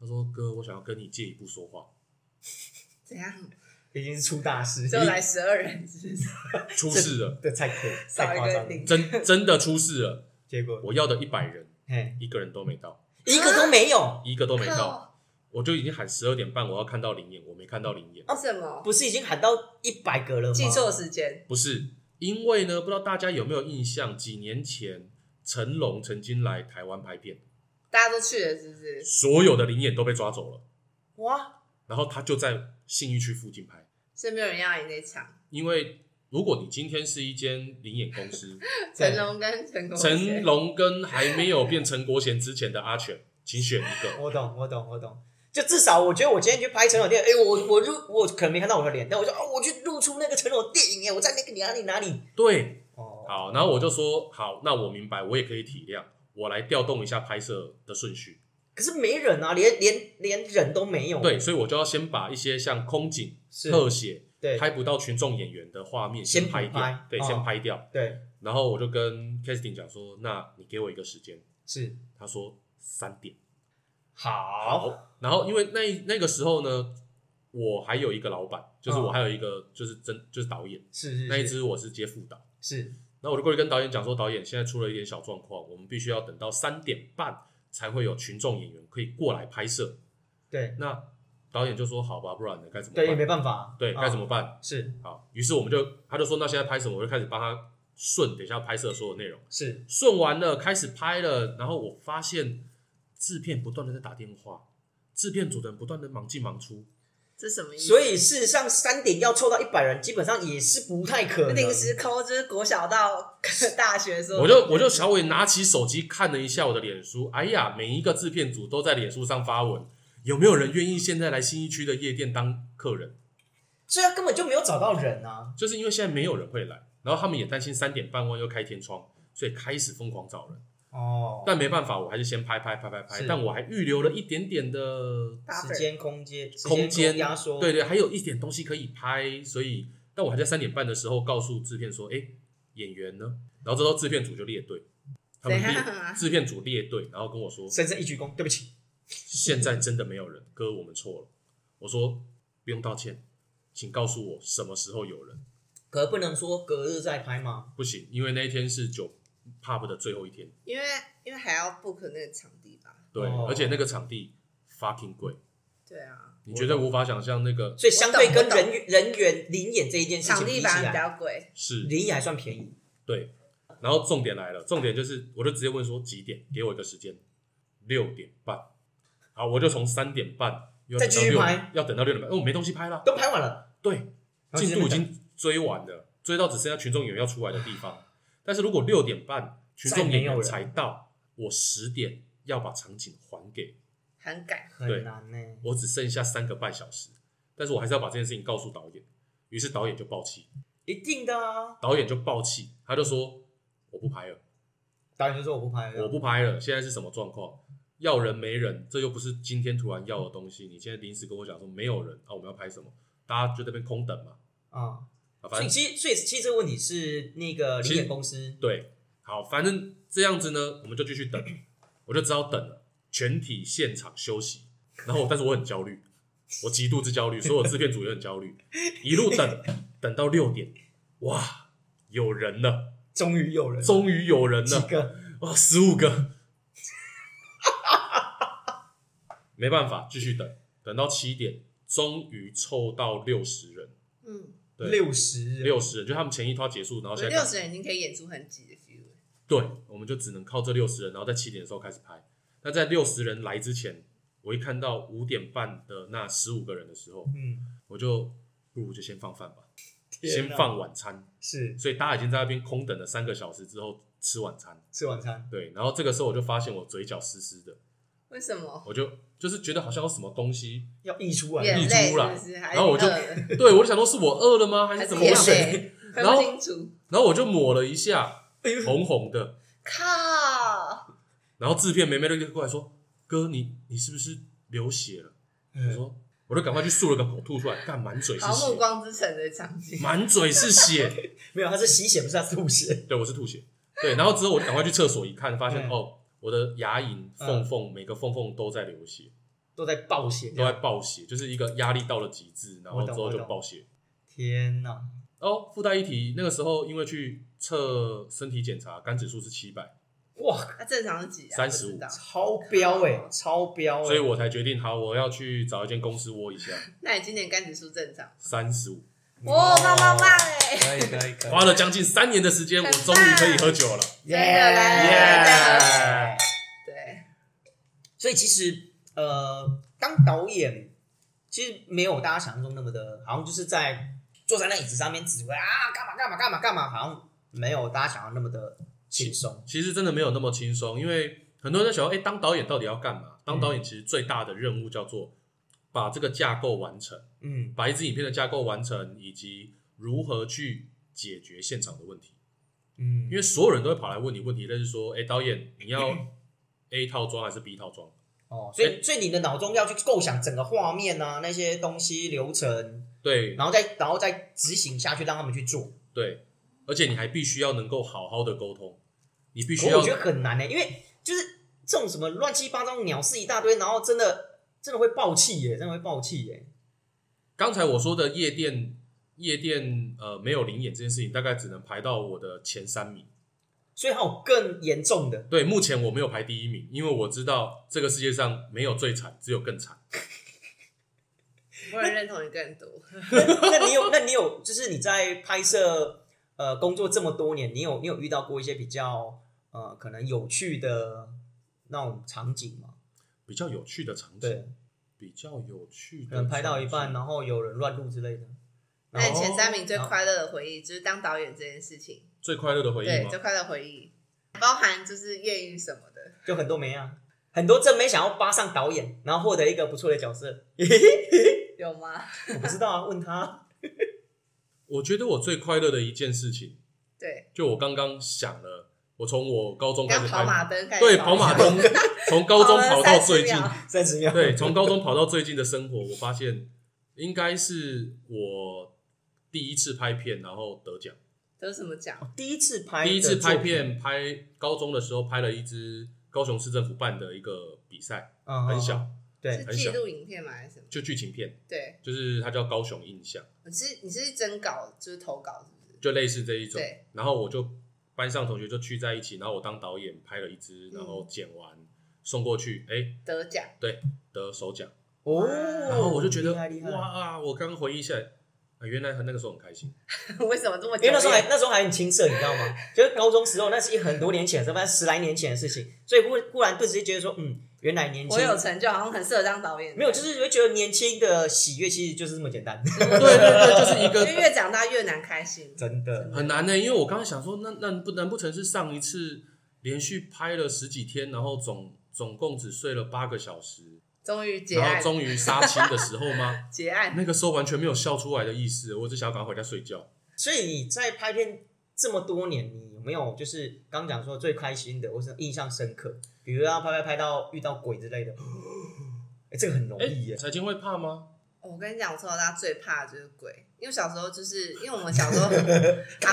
Speaker 3: 她说哥，我想要跟你借一步说话。
Speaker 1: 怎样？
Speaker 2: 已经是出大事，
Speaker 1: 就来十二人，是不是
Speaker 3: 出事了，
Speaker 2: 这太可
Speaker 1: 少
Speaker 2: 太
Speaker 1: 一
Speaker 2: 夸
Speaker 1: 个
Speaker 2: 张了，
Speaker 1: 零。
Speaker 3: 真真的出事了。
Speaker 2: 结果
Speaker 3: 我要的一百人，
Speaker 2: 嘿，
Speaker 3: 一个人都没到，
Speaker 1: 啊
Speaker 2: 一个都没有，
Speaker 3: 一个都没到。
Speaker 1: 靠，
Speaker 3: 我就已经喊十二点半，我要看到灵眼，我没看到灵眼。
Speaker 1: 为什么？
Speaker 2: 不是已经喊到一百个了吗？
Speaker 1: 记错时间，
Speaker 3: 不是因为呢，不知道大家有没有印象，几年前成龙曾经来台湾拍片，
Speaker 1: 大家都去了，是不是？
Speaker 3: 所有的灵眼都被抓走了，
Speaker 2: 哇，
Speaker 3: 然后他就在信义区附近拍。
Speaker 1: 所以没有人要你那场。
Speaker 3: 因为如果你今天是一间灵眼公司，
Speaker 2: 对
Speaker 1: 成龙跟陈国贤
Speaker 3: 成龙跟还没有变成国贤之前的阿全，请选一个。
Speaker 2: 我懂，我懂，我懂。就至少我觉得我今天去拍成龙电影，哎、我我入我可能没看到我的脸，但我说哦，我去露出那个成龙电影，哎，我在那个哪里哪里。
Speaker 3: 对，
Speaker 2: 哦，
Speaker 3: 好，然后我就说好，那我明白，我也可以体谅，我来调动一下拍摄的顺序。
Speaker 2: 可是没人啊，连连连人都没有。
Speaker 3: 对，所以我就要先把一些像空景、
Speaker 2: 是，
Speaker 3: 特写
Speaker 2: 对
Speaker 3: 拍不到群众演员的画面
Speaker 2: 先
Speaker 3: 先拍
Speaker 2: 补拍
Speaker 3: 掉，对，
Speaker 2: 哦
Speaker 3: 先拍掉。
Speaker 2: 对，
Speaker 3: 然后我就跟 Casting 讲说，那你给我一个时间。
Speaker 2: 是
Speaker 3: 他说三点。
Speaker 2: 好，
Speaker 3: 好，然后因为那一那个时候呢，我还有一个老板，就是我
Speaker 2: 嗯
Speaker 3: 还有一个就是真就是导演，
Speaker 2: 是是
Speaker 3: 那一
Speaker 2: 是
Speaker 3: 支我是接副导，
Speaker 2: 是
Speaker 3: 然后我就过去跟导演讲说，导演现在出了一点小状况，我们必须要等到三点半才会有群众演员可以过来拍摄。
Speaker 2: 对
Speaker 3: 那导演就说好吧，不然呢该怎么
Speaker 2: 对，也没
Speaker 3: 办？
Speaker 2: 办法，
Speaker 3: 对，
Speaker 2: 啊
Speaker 3: 该怎么办？
Speaker 2: 是
Speaker 3: 好，于是我们就他就说那现在拍什么，我就开始帮他顺，等一下拍摄所有内容。
Speaker 2: 是，
Speaker 3: 顺完了，开始拍了，然后我发现制片不断的在打电话，制片组的人不断的忙进忙出，
Speaker 1: 这什么意思？
Speaker 2: 所以事实上三点要凑到一百人，基本上也是不太可能。
Speaker 1: 临时抠就是国小到 大学的时候，
Speaker 3: 我就我就小伟拿起手机看了一下我的脸书，哎呀，每一个制片组都在脸书上发文，有没有人愿意现在来新一区的夜店当客人？
Speaker 2: 所以他根本就没有找到人啊。
Speaker 3: 就是因为现在没有人会来，然后他们也担心三点半万又开天窗，所以开始疯狂找人。
Speaker 2: 哦，
Speaker 3: 但没办法，我还是先拍拍拍拍拍
Speaker 2: 是，
Speaker 3: 但我还预留了一点点的
Speaker 1: 大
Speaker 2: 时间、空间、时
Speaker 3: 空间
Speaker 2: 压缩，
Speaker 3: 对，对，还有一点东西可以拍，所以但我还在三点半的时候告诉制片说，哎、演员呢？然后这时候制片组就列队，他们
Speaker 1: 怎
Speaker 3: 列
Speaker 1: 样啊
Speaker 3: 制片组列队，然后跟我说，
Speaker 2: 深深一鞠躬，对不起，
Speaker 3: 现在真的没有人，哥，我们错了。我说不用道歉，请告诉我什么时候有人。
Speaker 2: 可不能说隔日再拍吗？
Speaker 3: 不行，因为那一天是酒 pub 的最后一天，
Speaker 1: 因为因为还要 book 那个场地吧？
Speaker 3: 对，
Speaker 2: 哦
Speaker 3: 而且那个场地 fucking 贵，
Speaker 1: 对啊，
Speaker 3: 你绝对无法想象那个
Speaker 2: 所以相对跟
Speaker 1: 我懂我懂
Speaker 2: 人员人员零演这一件事
Speaker 1: 场
Speaker 2: 情比
Speaker 1: 地
Speaker 2: 起
Speaker 3: 啊
Speaker 1: 反而比
Speaker 2: 来，
Speaker 1: 较贵，
Speaker 3: 是
Speaker 2: 零演还算便宜。
Speaker 3: 对，然后重点来了，重点就是，我就直接问说几点，给我一个时间，六点半。好，我就从三点半又
Speaker 2: 再
Speaker 3: 等到
Speaker 2: 继续
Speaker 3: 6
Speaker 2: 拍，
Speaker 3: 要等到六点半，哦因为我没东西拍了。
Speaker 2: 都拍完了，
Speaker 3: 对，
Speaker 2: 然后
Speaker 3: 进度已
Speaker 2: 就这么
Speaker 3: 经追完了，追到只剩下群众演员要出来的地方。但是如果六点半群众演员才到，我十点要把场景还给
Speaker 1: 很赶。
Speaker 3: 对
Speaker 2: 很难呢、
Speaker 3: 我，只剩下三个半小时。但是我还是要把这件事情告诉导演，于是导演就爆气，
Speaker 2: 一定的啊。
Speaker 3: 导演就爆气，他就说我不拍了。
Speaker 2: 导演就说我不拍了，
Speaker 3: 我不拍了，现在是什么状况？要人没人，这又不是今天突然要的东西。你现在临时跟我讲说没有人啊，我们要拍什么？大家就在那边空等嘛。
Speaker 2: 啊、所
Speaker 3: 啊，反
Speaker 2: 以
Speaker 3: 正
Speaker 2: 其实所以其实这个问题是那个零演公司
Speaker 3: 对，好，反正这样子呢，我们就继续等，我就只好等了，全体现场休息。然后我，但是我很焦虑，我极度之焦虑，所有制片组也很焦虑，一路等，等到六点，哇，有人了，
Speaker 2: 终于有人
Speaker 3: 终于有人
Speaker 2: 几
Speaker 3: 了，
Speaker 2: 个
Speaker 3: 哇，十五个， 没办法，继续等，等到七点，终于凑到六十人，
Speaker 1: 嗯，
Speaker 3: 对
Speaker 2: 六十人
Speaker 3: 六十人，就他们前一套结束，然后现在
Speaker 1: 六十人已经可以演出很挤的 feel 了。
Speaker 3: 对，我们就只能靠这六十人，然后在七点的时候开始拍。那在六十人来之前，我一看到五点半的那十五个人的时候，
Speaker 2: 嗯，
Speaker 3: 我就不如就先放饭吧，
Speaker 2: 天
Speaker 3: 先
Speaker 2: 哪
Speaker 3: 放晚餐。
Speaker 2: 是
Speaker 3: 所以大家已经在那边空等了三个小时之后吃晚餐。
Speaker 2: 吃晚餐，
Speaker 3: 对，然后这个时候我就发现我嘴角湿湿的，
Speaker 1: 为什么？
Speaker 3: 我就就是觉得好像有什么东西，
Speaker 2: 要溢出来，
Speaker 1: 眼
Speaker 3: 出
Speaker 1: 泪是
Speaker 3: 来
Speaker 1: 不是？还
Speaker 3: 然后我就
Speaker 1: 是
Speaker 3: 对我就想说是我饿了吗，还
Speaker 1: 还是
Speaker 3: 是怎么
Speaker 1: 眼
Speaker 3: 样？
Speaker 1: 泪，
Speaker 3: 然
Speaker 1: 分
Speaker 3: 后
Speaker 1: 不清楚。
Speaker 3: 然后我就抹了一下，
Speaker 2: 哎
Speaker 3: 红红的。
Speaker 1: 靠！
Speaker 3: 然后制片妹妹就过来说：“哥，你你是不是流血了？”我
Speaker 2: 嗯
Speaker 3: 说：“我就赶快去漱了个口，吐出来，干满嘴是
Speaker 1: 好，《暮
Speaker 3: 血，
Speaker 1: 光之城》的场景，
Speaker 3: 满嘴 是血。
Speaker 2: 没有，他是吸血，不是他是吐血，
Speaker 3: 对，我是吐血。对，然后之后我就赶快去厕所一看，发现
Speaker 2: 嗯
Speaker 3: 哦，我的牙龈缝缝每个缝缝都在流血，
Speaker 2: 都在爆血，
Speaker 3: 都在爆血，就是一个压力到了极致，然后
Speaker 2: 我
Speaker 3: 之
Speaker 2: 懂
Speaker 3: 后就
Speaker 2: 嗯我懂
Speaker 3: 爆血。”
Speaker 2: 天哪，
Speaker 3: 哦，附带一提，那个时候因为去测身体检查，肝指数是七百，
Speaker 2: 哇，
Speaker 1: 那正常是几啊？
Speaker 3: 35
Speaker 1: 不知道
Speaker 2: 超标哎、超标哎、
Speaker 3: 所以我才决定，好，我要去找一间公司窝一下，
Speaker 1: 那你今年肝指数正常？
Speaker 3: 三十五，
Speaker 1: 哇，哦棒棒棒哎！
Speaker 2: 可以可以可以，
Speaker 3: 花了将近三年的时间，我
Speaker 1: 很棒
Speaker 3: 终于可以喝酒了。
Speaker 1: 真的来
Speaker 3: 耶
Speaker 1: 对，
Speaker 2: 所以其实呃，当导演其实没有大家想象中那么的，好像就是在坐在那椅子上面指挥啊，干嘛干嘛干嘛干嘛，好像没有大家想象那么的轻松。
Speaker 3: 其实真的没有那么轻松，因为很多人在想说，哎，当导演到底要干嘛？当导演其实最大的任务叫做把这个架构完成，
Speaker 2: 嗯，
Speaker 3: 把一支影片的架构完成，以及如何去解决现场的问题。
Speaker 2: 嗯
Speaker 3: 因为所有人都会跑来问你问题，但是说，哎，导演，你要 A 套装还是 B 套装？
Speaker 2: 哦，所以所以你的脑中要去构想整个画面啊，那些东西流程，
Speaker 3: 对，
Speaker 2: 然后再然后再执行下去，让他们去做。
Speaker 3: 对，而且你还必须要能够好好的沟通，你必须
Speaker 2: 可
Speaker 3: 要
Speaker 2: 我觉得很难欸呢、因为就是这种什么乱七八糟鸟事一大堆，然后真的真的会爆气耶、真的会爆气耶、
Speaker 3: 刚才我说的夜店夜店呃没有零演这件事情，大概只能排到我的前三名。
Speaker 2: 所以还有更严重的，
Speaker 3: 对，目前我没有排第一名，因为我知道这个世界上没有最惨，只有更惨。
Speaker 1: 我也认同你更多。
Speaker 3: 哦
Speaker 2: 那你有，那你有，就是你在拍摄呃工作这么多年，你有你有遇到过一些比较呃可能有趣的那种场景吗？
Speaker 3: 比较有趣的场景，
Speaker 2: 对，
Speaker 3: 比较有趣
Speaker 2: 可
Speaker 3: 的，
Speaker 2: 能拍到一半，。然后有人乱录之类的。
Speaker 1: 那你
Speaker 2: 然后
Speaker 1: 前三名最快乐的回忆就是当导演这件事情，
Speaker 3: 最快乐的回忆
Speaker 1: 对，
Speaker 3: 吗
Speaker 1: 最？快乐的回忆包含就是艳遇什么的。
Speaker 2: 就很多没啊，很多正妹想要扒上导演，然后获得一个不错的角色。
Speaker 1: 有吗？
Speaker 2: 我不知道啊，问他。
Speaker 3: 我觉得我最快乐的一件事情，
Speaker 1: 对，
Speaker 3: 就我刚刚想了，我从我高中开
Speaker 1: 刚
Speaker 3: 始
Speaker 1: 跑
Speaker 3: 拍，
Speaker 1: 马灯开始
Speaker 3: 对，跑马灯，从高中跑到最近
Speaker 1: 跑了30，秒
Speaker 2: 三十秒，
Speaker 3: 对，从高中跑到最近的生活，我发现应该是我第一次拍片，然后得奖。
Speaker 1: 这是什么奖？
Speaker 2: 第一次拍，
Speaker 3: 第一次拍，
Speaker 2: 嗯
Speaker 3: 片，拍高中的时候拍了一支高雄市政府办的一个比赛，
Speaker 2: 嗯
Speaker 3: 很小，，
Speaker 1: 是
Speaker 2: 对，
Speaker 1: 记录影片吗？还是什么？
Speaker 3: 就剧情片，
Speaker 1: 对，
Speaker 3: 就是它叫高雄印象，
Speaker 1: 你是你是征稿，就是投稿，是不是？
Speaker 3: 就类似这一种
Speaker 1: 对。
Speaker 3: 然后我就班上同学就聚在一起，然后我当导演拍了一支，然
Speaker 2: 嗯
Speaker 3: 后剪完送过去，哎、
Speaker 1: 得奖，
Speaker 3: 得首奖。
Speaker 2: 哦，
Speaker 3: 然后我就觉得
Speaker 2: 厉害厉害，
Speaker 3: 哇，我刚回忆起来，啊，原来那个时候很开心。
Speaker 1: 为什么这么久
Speaker 2: 因为那时候还
Speaker 1: 远
Speaker 2: 那时候还很青涩，你知道吗？ 就是高中时候，那是一很多年前，大概十来年前的事情，所以忽忽然顿时就觉得说，嗯，原来年轻
Speaker 1: 我有成就，好像很适合当导演。
Speaker 2: 没有，就是会觉得年轻的喜悦其实就是这么简单，
Speaker 3: 对对对，就是一
Speaker 1: 因
Speaker 3: 个
Speaker 1: 为越长大越难开心。
Speaker 2: 真的。
Speaker 3: 很难呢、因为我刚刚想说，那那不难不成是上一次连续拍了十几天，然后总总共只睡了八个小时，
Speaker 1: 终于结
Speaker 3: 然
Speaker 1: 案？
Speaker 3: 后，终于杀青的时候吗
Speaker 1: 结案。
Speaker 3: 那个时候完全没有笑出来的意思，我只想要赶快回家睡觉。
Speaker 2: 所以你在拍片这么多年，你有没有就是刚讲说最开心的，或是印象深刻？比如要拍拍拍到遇到鬼之类的， 哎，这个很容
Speaker 3: 哎、
Speaker 2: 易耶。
Speaker 3: 财经会怕吗？
Speaker 1: 我跟你讲，我从小到大最怕的就是鬼，因为小时候就是因为我们小 时候
Speaker 2: 赶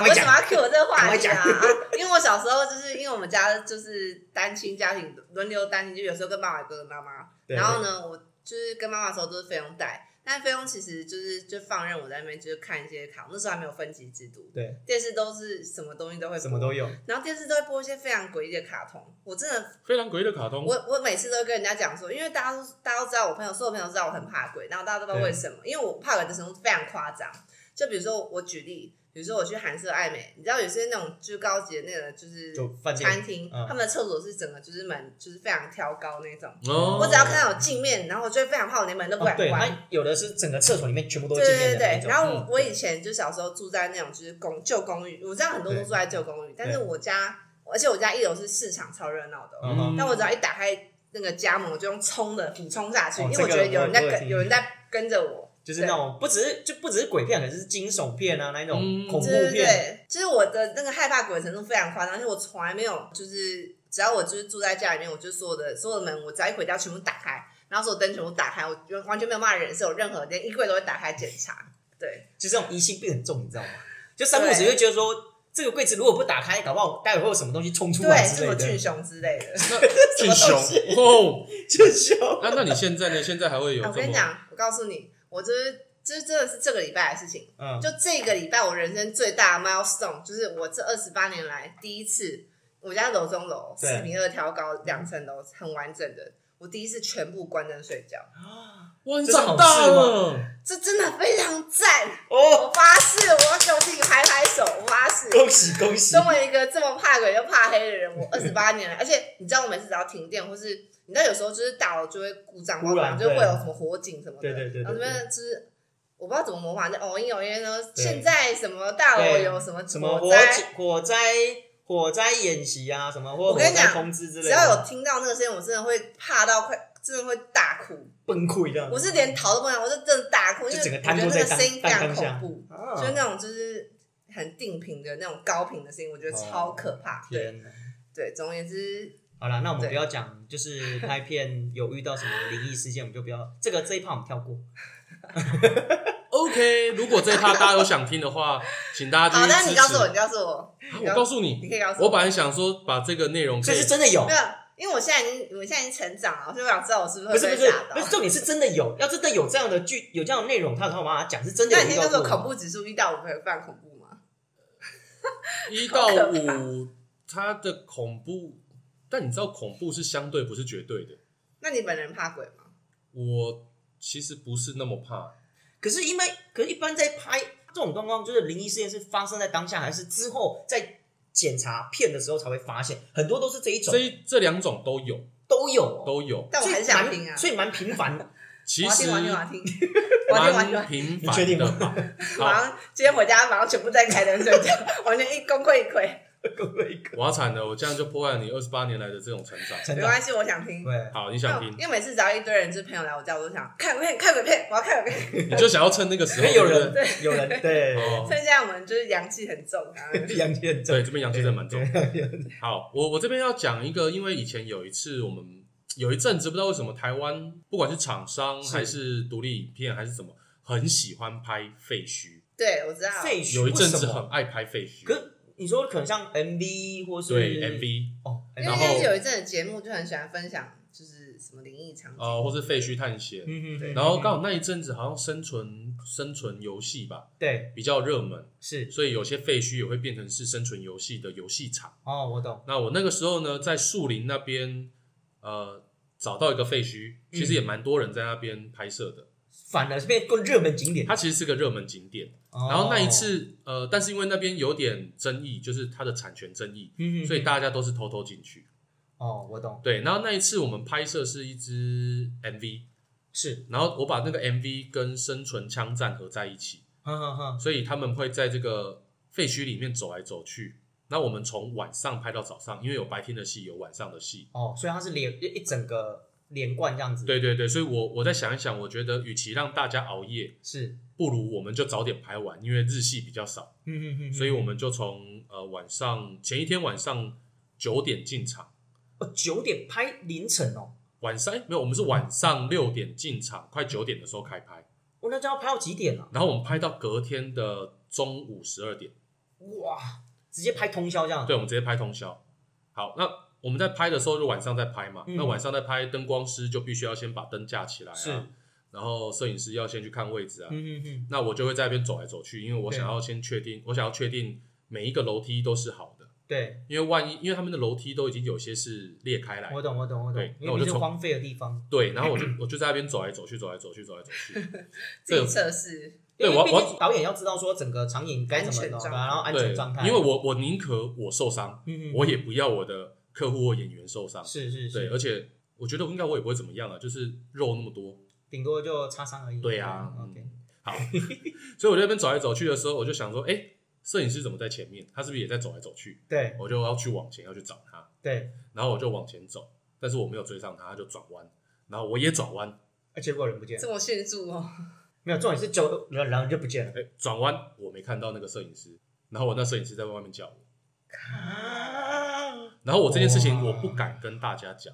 Speaker 1: 啊，
Speaker 2: 快
Speaker 1: 为什
Speaker 2: 讲
Speaker 1: 么要 Q 我这个
Speaker 2: 赶
Speaker 1: 话
Speaker 2: 快
Speaker 1: 题
Speaker 2: 讲
Speaker 1: 啊？啊因为我小时候就是因为我们家就是单亲家庭，轮流单亲，就有时候跟爸爸，有时候跟妈妈。
Speaker 2: 对
Speaker 1: 然后呢，我就是跟妈妈的时候都是菲佣带，但菲佣其实就是就放任我在那边就是看一些卡通，那时候还没有分级制度，
Speaker 2: 对，
Speaker 1: 电视都是什么东西都会播
Speaker 2: 什么都有。
Speaker 1: 然后电视都会播一些非常诡异的卡通，我真的，
Speaker 3: 非常诡异的卡通，
Speaker 1: 我我每次都会跟人家讲说，因为大家都大家都知道，我朋友所有朋友都知道我很怕鬼，然后大家都不知道为什么，因为我怕鬼的程度非常夸张。就比如说我举例，比如说我去韩式爱美，你知道有些那种就是高级的那个就是
Speaker 2: 就饭店
Speaker 1: 餐厅，
Speaker 2: 嗯
Speaker 1: 他们的厕所是整个就是门就是非常挑高那种，
Speaker 3: 哦
Speaker 1: 我只要看到有镜面，然后我就会非常怕，我连门都不
Speaker 2: 哦
Speaker 1: 敢，
Speaker 2: 对，
Speaker 1: 关。
Speaker 2: 它有的是整个厕所里面全部都是
Speaker 1: 对
Speaker 2: 镜
Speaker 1: 对
Speaker 2: 面的那
Speaker 1: 对
Speaker 2: 种。
Speaker 1: 对，然后
Speaker 2: 嗯
Speaker 1: 我我以前就小时候住在那种就是公旧公寓，我知道很多都住在旧公寓，但是我家，而且我家一楼是市场超热闹的哦，
Speaker 2: 嗯哼
Speaker 1: 但我只要一打开那个家门，我就用冲的俯冲下去，
Speaker 2: 哦
Speaker 1: 因为我觉得有人
Speaker 2: 这
Speaker 1: 在
Speaker 2: 个我
Speaker 1: 跟有人在跟着我，
Speaker 2: 就是那种不只是就不只是鬼片，可能是惊悚片啊，那一种
Speaker 3: 嗯
Speaker 2: 恐怖
Speaker 1: 对对
Speaker 2: 片，
Speaker 1: 对，就是我的那个害怕鬼的程度非常夸张，而且我从来没有就是只要我就是住在家里面，我就所有的所有的门，我只要一回家全部打开，然后所有灯全部打开，我就完全没有骂人，是有任何连衣柜都会打开检查，对。
Speaker 2: 就这种疑心病很重，你知道吗？就三不五时就觉得说，这个柜子如果不打开，搞不好待会会有什么东西冲出来
Speaker 1: 对，
Speaker 2: 之
Speaker 1: 什
Speaker 2: 类
Speaker 1: 么
Speaker 2: 的。
Speaker 1: 俊雄之类的。
Speaker 3: 俊
Speaker 2: 么
Speaker 3: 雄
Speaker 2: 东西
Speaker 3: 哦。
Speaker 2: 就笑。
Speaker 3: 那、 那你现在呢？现在还会 有
Speaker 1: 啊我
Speaker 3: 这
Speaker 1: 跟你
Speaker 3: 么？
Speaker 1: 讲，我告诉你，我就是这真的是这个礼拜的事情。
Speaker 2: 嗯，
Speaker 1: 就这个礼拜，我人生最大的 milestone 就是我这二十八年来第一次，我家楼中楼
Speaker 2: 对
Speaker 1: 四米二挑高，两层楼很完整的，我第一次全部关灯睡觉，
Speaker 3: 哇，你
Speaker 2: 这是好
Speaker 3: 长大
Speaker 2: 事吗
Speaker 3: 了，
Speaker 1: 这真的非常赞！
Speaker 2: 哦，
Speaker 1: 我发誓，我要给我自己拍拍手，我发誓。
Speaker 2: 恭喜恭喜
Speaker 1: 身！为一个这么怕鬼又怕黑的人， 我二十八年来，而且你知道，我每次只要停电，或是你知道有时候就是大楼就会故障，
Speaker 2: 忽然
Speaker 1: 就会
Speaker 2: 对
Speaker 1: 有什么火警什么的，
Speaker 2: 对对对对
Speaker 1: 然后这边就是。我不知道怎么模仿，就哦因哦因呢。
Speaker 2: 对
Speaker 1: 现在什么大楼
Speaker 2: 对
Speaker 1: 有什么
Speaker 2: 什么
Speaker 1: 火
Speaker 2: 火
Speaker 1: 灾，
Speaker 2: 火灾火灾演习啊，什么或
Speaker 1: 我
Speaker 2: 火
Speaker 1: 跟你讲
Speaker 2: 灾通知之类
Speaker 1: 只
Speaker 2: 的，
Speaker 1: 要有听到那个声音，我真的会怕到快，真的会大哭。
Speaker 2: 崩溃这样子，
Speaker 1: 我是连逃都不能，我是真的大哭，因
Speaker 2: 嗯就
Speaker 1: 为
Speaker 2: 整个
Speaker 1: 我觉
Speaker 2: 瘫
Speaker 1: 得
Speaker 2: 坐
Speaker 1: 那
Speaker 2: 在
Speaker 1: 个
Speaker 2: 当
Speaker 1: 声音非常
Speaker 2: 当下
Speaker 1: 恐怖，
Speaker 2: 啊
Speaker 1: 就是那种就是很定频的那种高频的声音，我觉得
Speaker 2: 哦
Speaker 1: 超可怕。对
Speaker 2: 天哪。
Speaker 1: 对，总而言之，
Speaker 2: 好了，那我们
Speaker 1: 对
Speaker 2: 不要讲，就是拍片有遇到什么灵异事件，我们就不要这个这一趴我们跳过。
Speaker 3: OK，如果这一趴大家有想听的话，请大家
Speaker 1: 好，
Speaker 3: 继续
Speaker 1: 那
Speaker 3: 支持。
Speaker 1: 你告诉我，你告诉我，
Speaker 3: 啊我告诉你，
Speaker 1: 你可以告诉我
Speaker 3: 我本来想说把这个内容可
Speaker 2: 所
Speaker 3: 以
Speaker 2: 以是真的有
Speaker 1: 没有，因为我现在已经我现在已经成长了，所以我想知道我是不是
Speaker 2: 不
Speaker 1: 会
Speaker 2: 是不
Speaker 1: 被
Speaker 2: 是
Speaker 1: 吓到
Speaker 2: 不。是，重点是真的有，要真的有这样的剧，有这样的内容，他才有办法讲，是真的
Speaker 1: 那
Speaker 2: 有
Speaker 1: 你
Speaker 2: 遇
Speaker 1: 听
Speaker 2: 到
Speaker 1: 说
Speaker 2: 过
Speaker 1: 恐
Speaker 2: 吗。
Speaker 1: 怖指数一到五会犯恐怖吗？
Speaker 3: 一到
Speaker 1: 好可
Speaker 3: 五，它的恐怖，但你知道恐怖是相对，不是绝对的。
Speaker 1: 那你本人怕鬼吗？
Speaker 3: 我其实不是那么怕，
Speaker 2: 可是因为，可是一般在拍这种状况，就是灵异事件是发生在当下，还是之后在检查片的时候才会发现，很多都是这一种
Speaker 3: 这，一这两种都有，
Speaker 2: 都有哦、
Speaker 3: 都有。
Speaker 1: 但我还是
Speaker 2: 所以
Speaker 1: 想
Speaker 2: 蛮
Speaker 1: 听啊，
Speaker 2: 所以蛮频繁的。
Speaker 3: 其
Speaker 1: 我要
Speaker 3: 实
Speaker 1: 听，我要听，我要听，我要听，我要听我要听。
Speaker 3: 蛮频
Speaker 2: 你确
Speaker 3: 繁
Speaker 2: 定
Speaker 3: 的。
Speaker 2: 吗？
Speaker 1: 马
Speaker 3: 好，
Speaker 1: 上今天回家，马上全部在开灯睡觉， 完全一功亏一篑。
Speaker 2: 各位一个
Speaker 3: 我要惨了，我这样就破坏了你二十八年来的这种成长。
Speaker 2: 成
Speaker 1: 没
Speaker 2: 长
Speaker 1: 关系，我想听。
Speaker 2: 对，
Speaker 3: 好，你想听
Speaker 1: 因，为每次只要一堆人就是朋友来我家，我都想看鬼片，看鬼片，我要看鬼片。
Speaker 3: 你就想要趁那个时
Speaker 2: 因
Speaker 3: 候，
Speaker 2: 为有
Speaker 3: 对
Speaker 2: 人
Speaker 3: 不对
Speaker 2: 有人对，
Speaker 3: 哦
Speaker 1: 所以现在我们就是阳气很重啊。
Speaker 2: 阳气很重，
Speaker 3: 对，这边阳气真的蛮重。
Speaker 2: 哎对。
Speaker 3: 好，我我这边要讲一个，因为以前有一次我们有一阵子不知道为什么台湾不管是厂商
Speaker 2: 是
Speaker 3: 还是独立影片还是怎么，很喜欢拍废墟，
Speaker 1: 对，我知道。
Speaker 2: 废墟
Speaker 3: 有一阵
Speaker 2: 为
Speaker 3: 子
Speaker 2: 什么
Speaker 3: 很爱拍废墟，
Speaker 2: 可是你说可能像 MV 或是
Speaker 3: 对 MV
Speaker 2: 哦，
Speaker 1: 因
Speaker 3: 然
Speaker 1: 为
Speaker 3: 后
Speaker 1: 就是有一阵的节目就很喜欢分享，就是什么灵异场景。
Speaker 3: 呃，或是废墟探险。
Speaker 2: 嗯嗯，
Speaker 3: 然后刚
Speaker 2: 好
Speaker 3: 好那一阵子好像生存生存游戏吧
Speaker 2: 对
Speaker 3: 比较热门，
Speaker 2: 是
Speaker 3: 所以有些废墟也会变成是生存游戏的游戏场。
Speaker 2: 哦，我懂，
Speaker 3: 那我那个时候呢，在树林那边呃找到一个废墟，其
Speaker 2: 嗯
Speaker 3: 实也蛮多人在那边拍摄的。
Speaker 2: 反而是变更热门景点。
Speaker 3: 它其实是个热门景点。
Speaker 2: 哦
Speaker 3: 然后那一，次，呃，但是因为那边有点争议，就是它的产权争议，
Speaker 2: 嗯嗯嗯
Speaker 3: 所以大家都是偷偷进去。
Speaker 2: 哦，我懂，
Speaker 3: 对，然后那一次我们拍摄是一支 MV，
Speaker 2: 是，
Speaker 3: 然后我把那个 MV 跟生存枪战合在一起，
Speaker 2: 哼哼哼，
Speaker 3: 所以他们会在这个废墟里面走来走去。那我们从晚上拍到早上，因为有白天的戏，有晚上的戏。
Speaker 2: 哦，所以它是连一一整个连贯这样子，，
Speaker 3: 对对对，所以我我再想一想，我觉得与其让大家熬夜，
Speaker 2: 是，
Speaker 3: 不如我们就早点拍完，因为日戏比较少。
Speaker 2: 嗯嗯嗯，
Speaker 3: 所以我们就从呃晚上前一天晚上九点进场，
Speaker 2: 哦九点拍凌晨哦，
Speaker 3: 晚上、诶没有，我们是晚上六点进场，快九点的时候开拍，
Speaker 2: 我那就要拍到几点啊？
Speaker 3: 然后我们拍到隔天的中午十二点，
Speaker 2: 哇，直接拍通宵这样，
Speaker 3: 对，我们直接拍通宵。好，那我们在拍的时候就晚上在拍嘛，
Speaker 2: 嗯
Speaker 3: 那晚上在拍，灯光师就必须要先把灯架起来
Speaker 2: 是，
Speaker 3: 啊，然后摄影师要先去看位置啊，
Speaker 2: 嗯嗯嗯，
Speaker 3: 那我就会在那边走来走去，因为我
Speaker 2: 对
Speaker 3: 想要先确定，我想要确定每一个楼梯都是好的。
Speaker 2: 对，
Speaker 3: 因为万一，因为他们的楼梯都已经有些是裂开来的
Speaker 2: 我懂我懂我懂
Speaker 3: 对，
Speaker 2: 因
Speaker 3: 那
Speaker 2: 为
Speaker 3: 我
Speaker 2: 你
Speaker 3: 就是从
Speaker 2: 荒废的地方，
Speaker 3: 对，然后我就我就在那边走来走去，走来走去，走来走去。
Speaker 1: 自己测试，
Speaker 3: 对
Speaker 2: 因为
Speaker 3: 我
Speaker 2: 毕
Speaker 3: 我
Speaker 2: 竟导演要知道说整个场景该怎么
Speaker 1: 安
Speaker 2: 弄，
Speaker 1: 全状态
Speaker 2: 然后安全
Speaker 3: 对
Speaker 2: 状态，，
Speaker 3: 因为我我宁可我受伤，
Speaker 2: 嗯嗯
Speaker 3: 我也不要我的客户或演员受伤。
Speaker 2: 是是
Speaker 3: 对，
Speaker 2: 是，
Speaker 3: 而且我觉得应该我也不会怎么样啊，就是肉那么多。
Speaker 2: 顶多就擦伤而已，
Speaker 3: 对啊
Speaker 2: 嗯，OK，
Speaker 3: 好，所以我在那边走来走去的时候，我就想说，哎，摄影师怎么在前面？他是不是也在走来走去？
Speaker 2: 对
Speaker 3: 我就要去往前要去找他，
Speaker 2: 对，
Speaker 3: 然后我就往前走，但是我没有追上他，他就转弯，然后我也转弯，
Speaker 2: 啊结果人不见了
Speaker 1: 这。么迅速哦。
Speaker 2: 没有，重点是九，然然后就不见了。
Speaker 3: 哎，转弯我没看到那个摄影师，然后我那摄影师在外面叫我。
Speaker 1: 啊
Speaker 3: 然后我这件事情
Speaker 2: 哇
Speaker 3: 我不敢跟大家讲，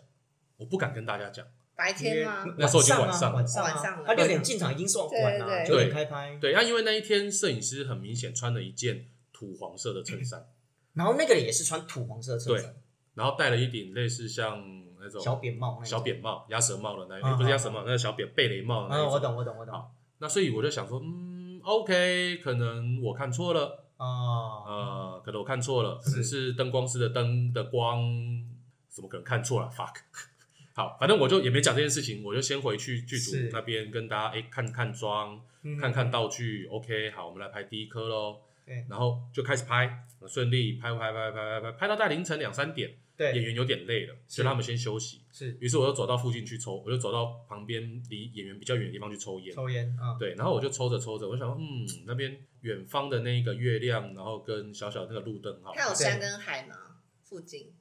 Speaker 3: 我不敢跟大家讲。
Speaker 1: 白天吗？
Speaker 3: 那时候已经晚
Speaker 2: 晚
Speaker 3: 上了
Speaker 2: 晚上啊
Speaker 1: 晚上了
Speaker 2: 他六点进场已经算晚了，
Speaker 1: 对对对
Speaker 2: 九点开拍。
Speaker 3: 对，那因为那一天摄影师很明显穿了一件土黄色的衬衫，
Speaker 2: 然后那个人也是穿土黄色的衬衫，
Speaker 3: 然后戴了一顶类似像那种
Speaker 2: 小扁帽那
Speaker 3: 小
Speaker 2: 种。
Speaker 3: 扁帽、鸭舌帽的那一
Speaker 2: 嗯
Speaker 3: 种，不是鸭舌帽，那个小扁贝雷帽的那
Speaker 2: 嗯，
Speaker 3: 一
Speaker 2: 我
Speaker 3: 种。
Speaker 2: 懂，我懂，我懂。
Speaker 3: 好那所以我就想说，嗯，OK，可能我看错了，
Speaker 2: 哦，
Speaker 3: 呃，可能我看错了，可能是灯光师的灯的光，怎么可能看错了？fuck。好，反正我就也没讲这件事情，我就先回去剧组
Speaker 2: 是
Speaker 3: 那边跟大家哎看看妆，
Speaker 2: 嗯
Speaker 3: 看看道具，OK，好，我们来拍第一颗喽。
Speaker 2: 对
Speaker 3: 然后就开始拍，顺利拍拍拍拍拍拍，拍到大凌晨两三点，演
Speaker 2: 对，
Speaker 3: 员有点累了，
Speaker 2: 是
Speaker 3: 所以他们先休息。
Speaker 2: 是
Speaker 3: 于是我就走到附近去抽，我就走到旁边离演员比较远的地方去抽烟。
Speaker 2: 抽烟啊，
Speaker 3: 对，然后我就抽着抽着，我就想说，嗯，那边远方的那个月亮，然后跟小小的那个路灯很好看，
Speaker 1: 它有山跟海吗？附近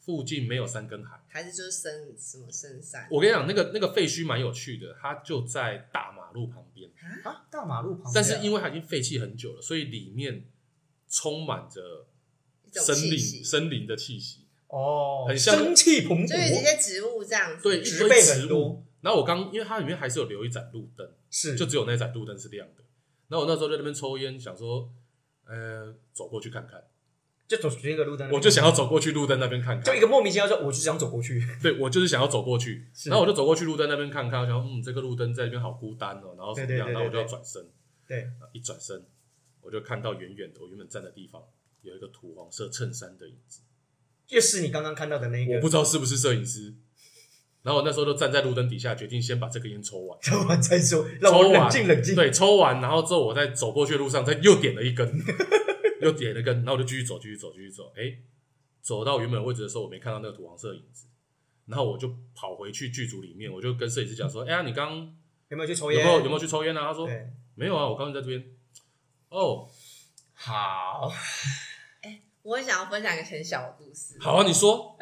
Speaker 3: 附近没有山跟海。
Speaker 1: 还是就是深什么深山？
Speaker 3: 我跟你讲，那个那个废墟蛮有趣的，它就在大马路旁边，
Speaker 2: 啊，大马路旁边。
Speaker 3: 但是因为它已经废弃很久了，所以里面充满着
Speaker 1: 一种
Speaker 3: 森
Speaker 1: 气
Speaker 3: 林
Speaker 1: 息
Speaker 3: 森林的气息。
Speaker 2: 哦，
Speaker 3: 很像
Speaker 2: 生气蓬
Speaker 1: 就是一
Speaker 2: 勃，
Speaker 1: 些植物这样子。
Speaker 3: 对，一
Speaker 2: 植
Speaker 3: 堆
Speaker 2: 被很
Speaker 3: 植
Speaker 2: 多
Speaker 3: 物。然后我刚，因为它里面还是有留一盏路灯，
Speaker 2: 是
Speaker 3: 就只有那盏路灯是亮的。然后我那时候在那边抽烟，想说，呃，走过去看看。
Speaker 2: 就走寻一个路灯，
Speaker 3: 我就想要走过去路灯那边看
Speaker 2: 就
Speaker 3: 看
Speaker 2: 一，个莫名其妙说，我就想走过去，
Speaker 3: 对我就是想要走过去，
Speaker 2: 是
Speaker 3: 然后我就走过去路灯那边看看，我想嗯这个路灯在这边好孤单哦，然后怎么
Speaker 2: 对对
Speaker 3: 样，
Speaker 2: 对
Speaker 3: 然后我就要
Speaker 2: 对对
Speaker 3: 转身，
Speaker 2: 对，
Speaker 3: 一转身我就看到远远的我原本站的地方有一个土黄色衬衫的影子，
Speaker 2: 就是你刚刚看到的那
Speaker 3: 我
Speaker 2: 个
Speaker 3: 不，知道是不是摄影师，然后我那时候就站在路灯底下，决定先把这个烟抽完。
Speaker 2: 抽完再说，让我
Speaker 3: 抽
Speaker 2: 冷
Speaker 3: 完，
Speaker 2: 静冷静。
Speaker 3: 对，抽完，然后之后我在走过去的路上，再又点了一根， 又点了一根，然后我就继续走，继续走，继续走。哎，走到原本的位置的时候，我没看到那个土黄色的影子，然后我就跑回去剧组里面，我就跟摄影师讲说：“哎呀，你刚刚
Speaker 2: 有没有去抽
Speaker 3: 有
Speaker 2: 烟？
Speaker 3: 没有有没有去抽烟啊？”他说
Speaker 2: 对，：“
Speaker 3: 没有啊，我刚刚在这边。”哦，
Speaker 2: 好，
Speaker 1: 我很想要分享一个很小的故事。
Speaker 3: 好啊，你说，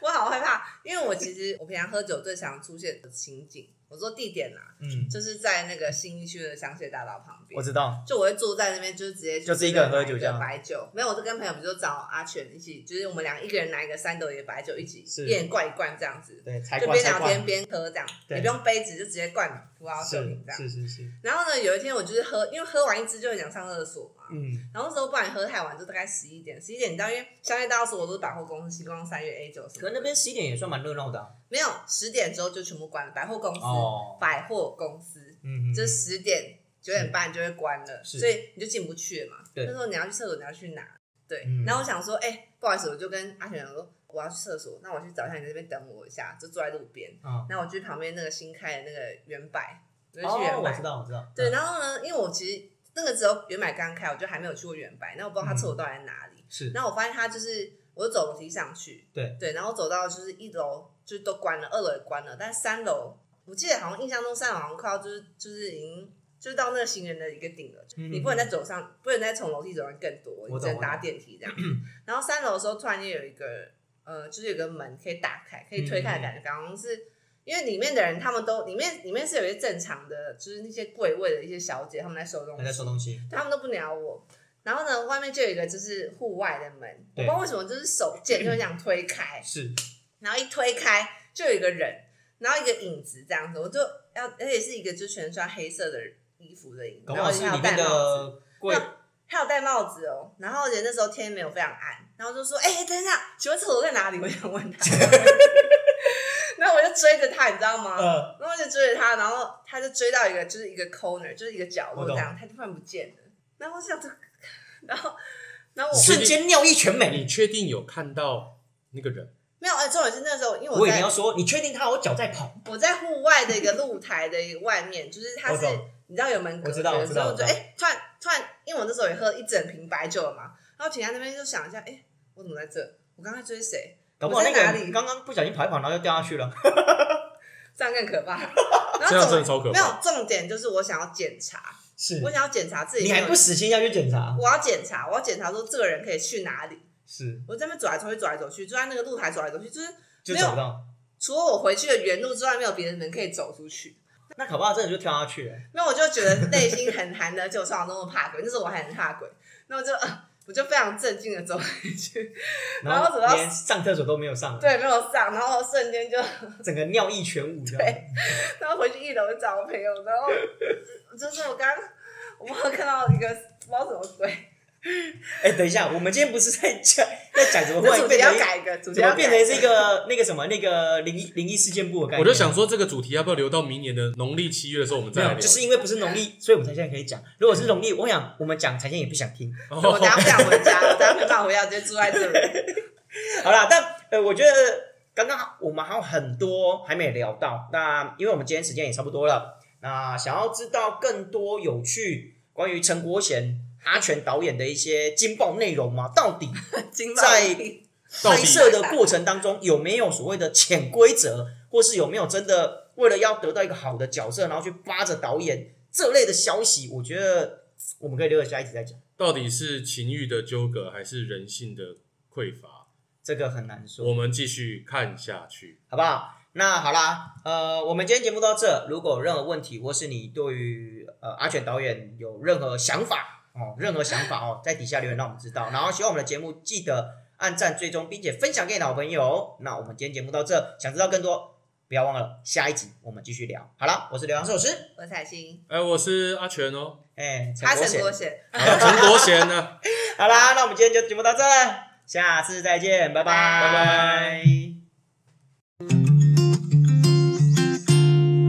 Speaker 1: 我好害怕，因为我其实我平常喝酒最常出现的情景，我说地点啦、
Speaker 2: 嗯，
Speaker 1: 就是在那个新一区的香榭大道旁边
Speaker 2: 我。知道，
Speaker 1: 就我会坐在那边，就是直接去
Speaker 2: 就自己一个人喝酒
Speaker 1: 买一
Speaker 2: 这
Speaker 1: 个
Speaker 2: 样
Speaker 1: 白酒。没有，我就跟朋友，比如说找阿全一起，就是我们俩一个人拿一个三斗也白酒，一起
Speaker 2: 是
Speaker 1: 一人灌一灌这样子，
Speaker 2: 对，才
Speaker 1: 就
Speaker 2: 挂
Speaker 1: 边
Speaker 2: 才
Speaker 1: 聊
Speaker 2: 挂，
Speaker 1: 天边喝这样，也
Speaker 2: 对
Speaker 1: 不用杯子，就直接灌葡萄酒
Speaker 2: 是
Speaker 1: 这样。
Speaker 2: 是是是，
Speaker 1: 然后呢，有一天我就是喝，因为喝完一支就很想上厕所嘛，
Speaker 2: 嗯，
Speaker 1: 然后那时候不然喝太晚，就大概十一点，十一点你知道，因为香榭大道所有都是百货公司，星光三月 A 九什
Speaker 2: 可
Speaker 1: 么
Speaker 2: 能那
Speaker 1: 的，
Speaker 2: 边十一点也算蛮热闹的啊
Speaker 1: 没有十点之后就全部关了，百货公司，
Speaker 2: 哦，
Speaker 1: 百货公司
Speaker 2: 嗯，嗯嗯
Speaker 1: 就是十点九点半就会关了，
Speaker 2: 是
Speaker 1: 所以你就进不去了嘛。
Speaker 2: 对
Speaker 1: 那时候你要去厕所，你要去哪？对，
Speaker 2: 嗯
Speaker 1: 然后我想说，哎、不好意思，我就跟阿全讲说，我要去厕所，那我去找一下你在这边等我一下，就坐在路边。
Speaker 2: 啊，
Speaker 1: 那我去旁边那个新开的那个原柏，我就去
Speaker 2: 哦，
Speaker 1: 原柏、
Speaker 2: 我知道我知道，
Speaker 1: 对，
Speaker 2: 嗯
Speaker 1: 然后呢，因为我其实那个时候原柏刚开，我就还没有去过原柏，那我不知道他厕
Speaker 2: 嗯
Speaker 1: 所到底在哪里。
Speaker 2: 是，
Speaker 1: 然后我发现他就是，我就走楼梯上去，
Speaker 2: 对
Speaker 1: 对，然后走到就是一楼就都关了，二楼也关了，但是三楼我记得好像印象中三楼好像快要就是就是已经就是到那个行人的一个顶了，
Speaker 2: 嗯
Speaker 1: 你不能再走上，不能再从楼梯走上更多，你
Speaker 2: 我
Speaker 1: 只
Speaker 2: 懂
Speaker 1: 能搭电梯这 样。然后三楼的时候突然间有一个呃，就是有个门可以打开，可以推开的
Speaker 2: 嗯
Speaker 1: 感觉，好像是。因为里面的人，他们都里面里面是有一些正常的，就是那些柜位的一些小姐，他们在收东西，
Speaker 2: 还在收东西，
Speaker 1: 他们都不鸟我。然后呢，外面就有一个就是户外的门，我不
Speaker 2: 对
Speaker 1: 知道为什么就是手贱就很想推开，
Speaker 2: 是，
Speaker 1: 然后一推开就有一个人，然后一个影子这样子，我就要而且是一个就是全穿黑色的衣服的影子，
Speaker 2: 搞不
Speaker 1: 然
Speaker 2: 好
Speaker 1: 后
Speaker 2: 是
Speaker 1: 还
Speaker 2: 里
Speaker 1: 有戴
Speaker 2: 面
Speaker 1: 帽子，
Speaker 2: 的贵
Speaker 1: 那还有戴帽子哦。然后而且那时候天没有非常暗，然后就说：“哎、等一下，请问厕所在哪里？”我想问 他， 然后我就追着他，你知道吗？
Speaker 2: 呃，
Speaker 1: 然后就追着他，然后他就追到一个就是一个 corner，就是一个角落
Speaker 2: 我
Speaker 1: 这
Speaker 2: 懂
Speaker 1: 样，他就突然不见了。然后我想， 然后然后我
Speaker 2: 瞬间尿意全没。
Speaker 3: 你确定有看到那个人？
Speaker 1: 没有，哎，重点是那时候因为
Speaker 2: 我
Speaker 1: 我
Speaker 2: 以为
Speaker 1: 在
Speaker 2: 你要说，你确定他有脚在跑？
Speaker 1: 我在户外的一个露台的一个外面，就是它是
Speaker 2: 我懂
Speaker 1: 你知道有门隔
Speaker 2: 我知道
Speaker 1: 绝
Speaker 2: 我知道
Speaker 1: 所以我就
Speaker 2: 我
Speaker 1: 哎、
Speaker 2: 知道
Speaker 1: 突然突然，因为我那时候也喝了一整瓶白酒了嘛，然后停在那边就想一下，哎、我怎么在这？我刚才追谁？
Speaker 2: 搞不好那
Speaker 1: 我在哪
Speaker 2: 个
Speaker 1: 里
Speaker 2: 人刚刚不小心跑一跑，然后又掉下去了。
Speaker 1: 这样更可 怕。然
Speaker 3: 这
Speaker 1: 后
Speaker 3: 样真
Speaker 1: 重
Speaker 3: 的超可
Speaker 1: 没有
Speaker 3: 怕。
Speaker 1: 重点就是我想要检查，
Speaker 2: 是
Speaker 1: 我想要检查自己
Speaker 2: 你
Speaker 1: 有没有，
Speaker 2: 还不死心要去检查？
Speaker 1: 我要检查，我要检查说这个人可以去哪里。
Speaker 2: 是，
Speaker 1: 我在那边走来走去，走来走去，就在那个露台走来走去，就是
Speaker 2: 就
Speaker 1: 没有
Speaker 2: 找不到。
Speaker 1: 除了我回去的原路之外，没有别的门可以走出去。
Speaker 2: 那搞不好真的就跳下去了。
Speaker 1: 那我就觉得内心很寒的，就像那么怕鬼，那时候我还很怕鬼，那我就、呃、我就非常镇静的走回去， 然
Speaker 2: 然
Speaker 1: 后
Speaker 2: 后
Speaker 1: 走到
Speaker 2: 连上厕所都没有上，
Speaker 1: 对，没有上，然后瞬间就，
Speaker 2: 整个尿意全无。对，
Speaker 1: 然后回去一楼找我朋友，然后呃就是我刚我不知道看到一个不知道什么鬼，
Speaker 2: 哎，等一下，我们今天不是在讲在讲怎么忽
Speaker 1: 这
Speaker 2: 然
Speaker 1: 主题
Speaker 2: 变
Speaker 1: 要
Speaker 2: 成一
Speaker 1: 改一个，主题
Speaker 2: 怎
Speaker 1: 要
Speaker 2: 么
Speaker 1: 改
Speaker 2: 变成 这个那个什么那个灵异灵异事件簿的概
Speaker 3: 我
Speaker 2: 念？啊
Speaker 3: 就想说，这个主题要不要留到明年的农历七月的时候我们
Speaker 2: 没
Speaker 3: 再来
Speaker 2: 有，
Speaker 3: 聊？
Speaker 2: 就是因为不是农历，所以我们才现在可以讲。如果是农历，我想我们讲，彩线也不想听。
Speaker 3: 哦
Speaker 1: 我等下不想回家，我等下没办法回家，我直接住在这里。
Speaker 2: 好啦，但呃，我觉得刚刚我们还有很多还没聊到，那因为我们今天时间也差不多了，那想要知道更多有趣关于陈国贤、阿全导演的一些惊爆内容吗？到底
Speaker 1: 金宝
Speaker 2: 在
Speaker 1: 地
Speaker 3: 到
Speaker 2: 拍
Speaker 3: 底
Speaker 2: 摄的过程当中有没有所谓的潜规则，或是有没有真的为了要得到一个好的角色，然后去扒着导演这类的消息？我觉得我们可以留着下一集再讲，
Speaker 3: 到底是情欲的纠葛还是人性的匮乏？
Speaker 2: 这个很难说。
Speaker 3: 我们继续看下去。
Speaker 2: 好不好？那好啦，呃，我们今天节目到这。如果有任何问题，或是你对于呃阿全导演有任何想法哦，任何想法哦，在底下留言让我们知道。然后喜欢我们的节目，记得按赞、追踪，并且分享给你的好朋友。那我们今天节目到这，想知道更多不要忘了下一集我们继续聊。好了，我是刘洋寿司，
Speaker 1: 我彩星，
Speaker 3: 哎、我是阿全哦，
Speaker 2: 哎，陈
Speaker 1: 他
Speaker 2: 国
Speaker 1: 陈
Speaker 2: 贤
Speaker 1: 国。贤，
Speaker 3: 啊陈国贤呢、
Speaker 2: 好啦，那我们今天就节目到这，下次再见，拜拜，
Speaker 1: 拜
Speaker 3: 拜。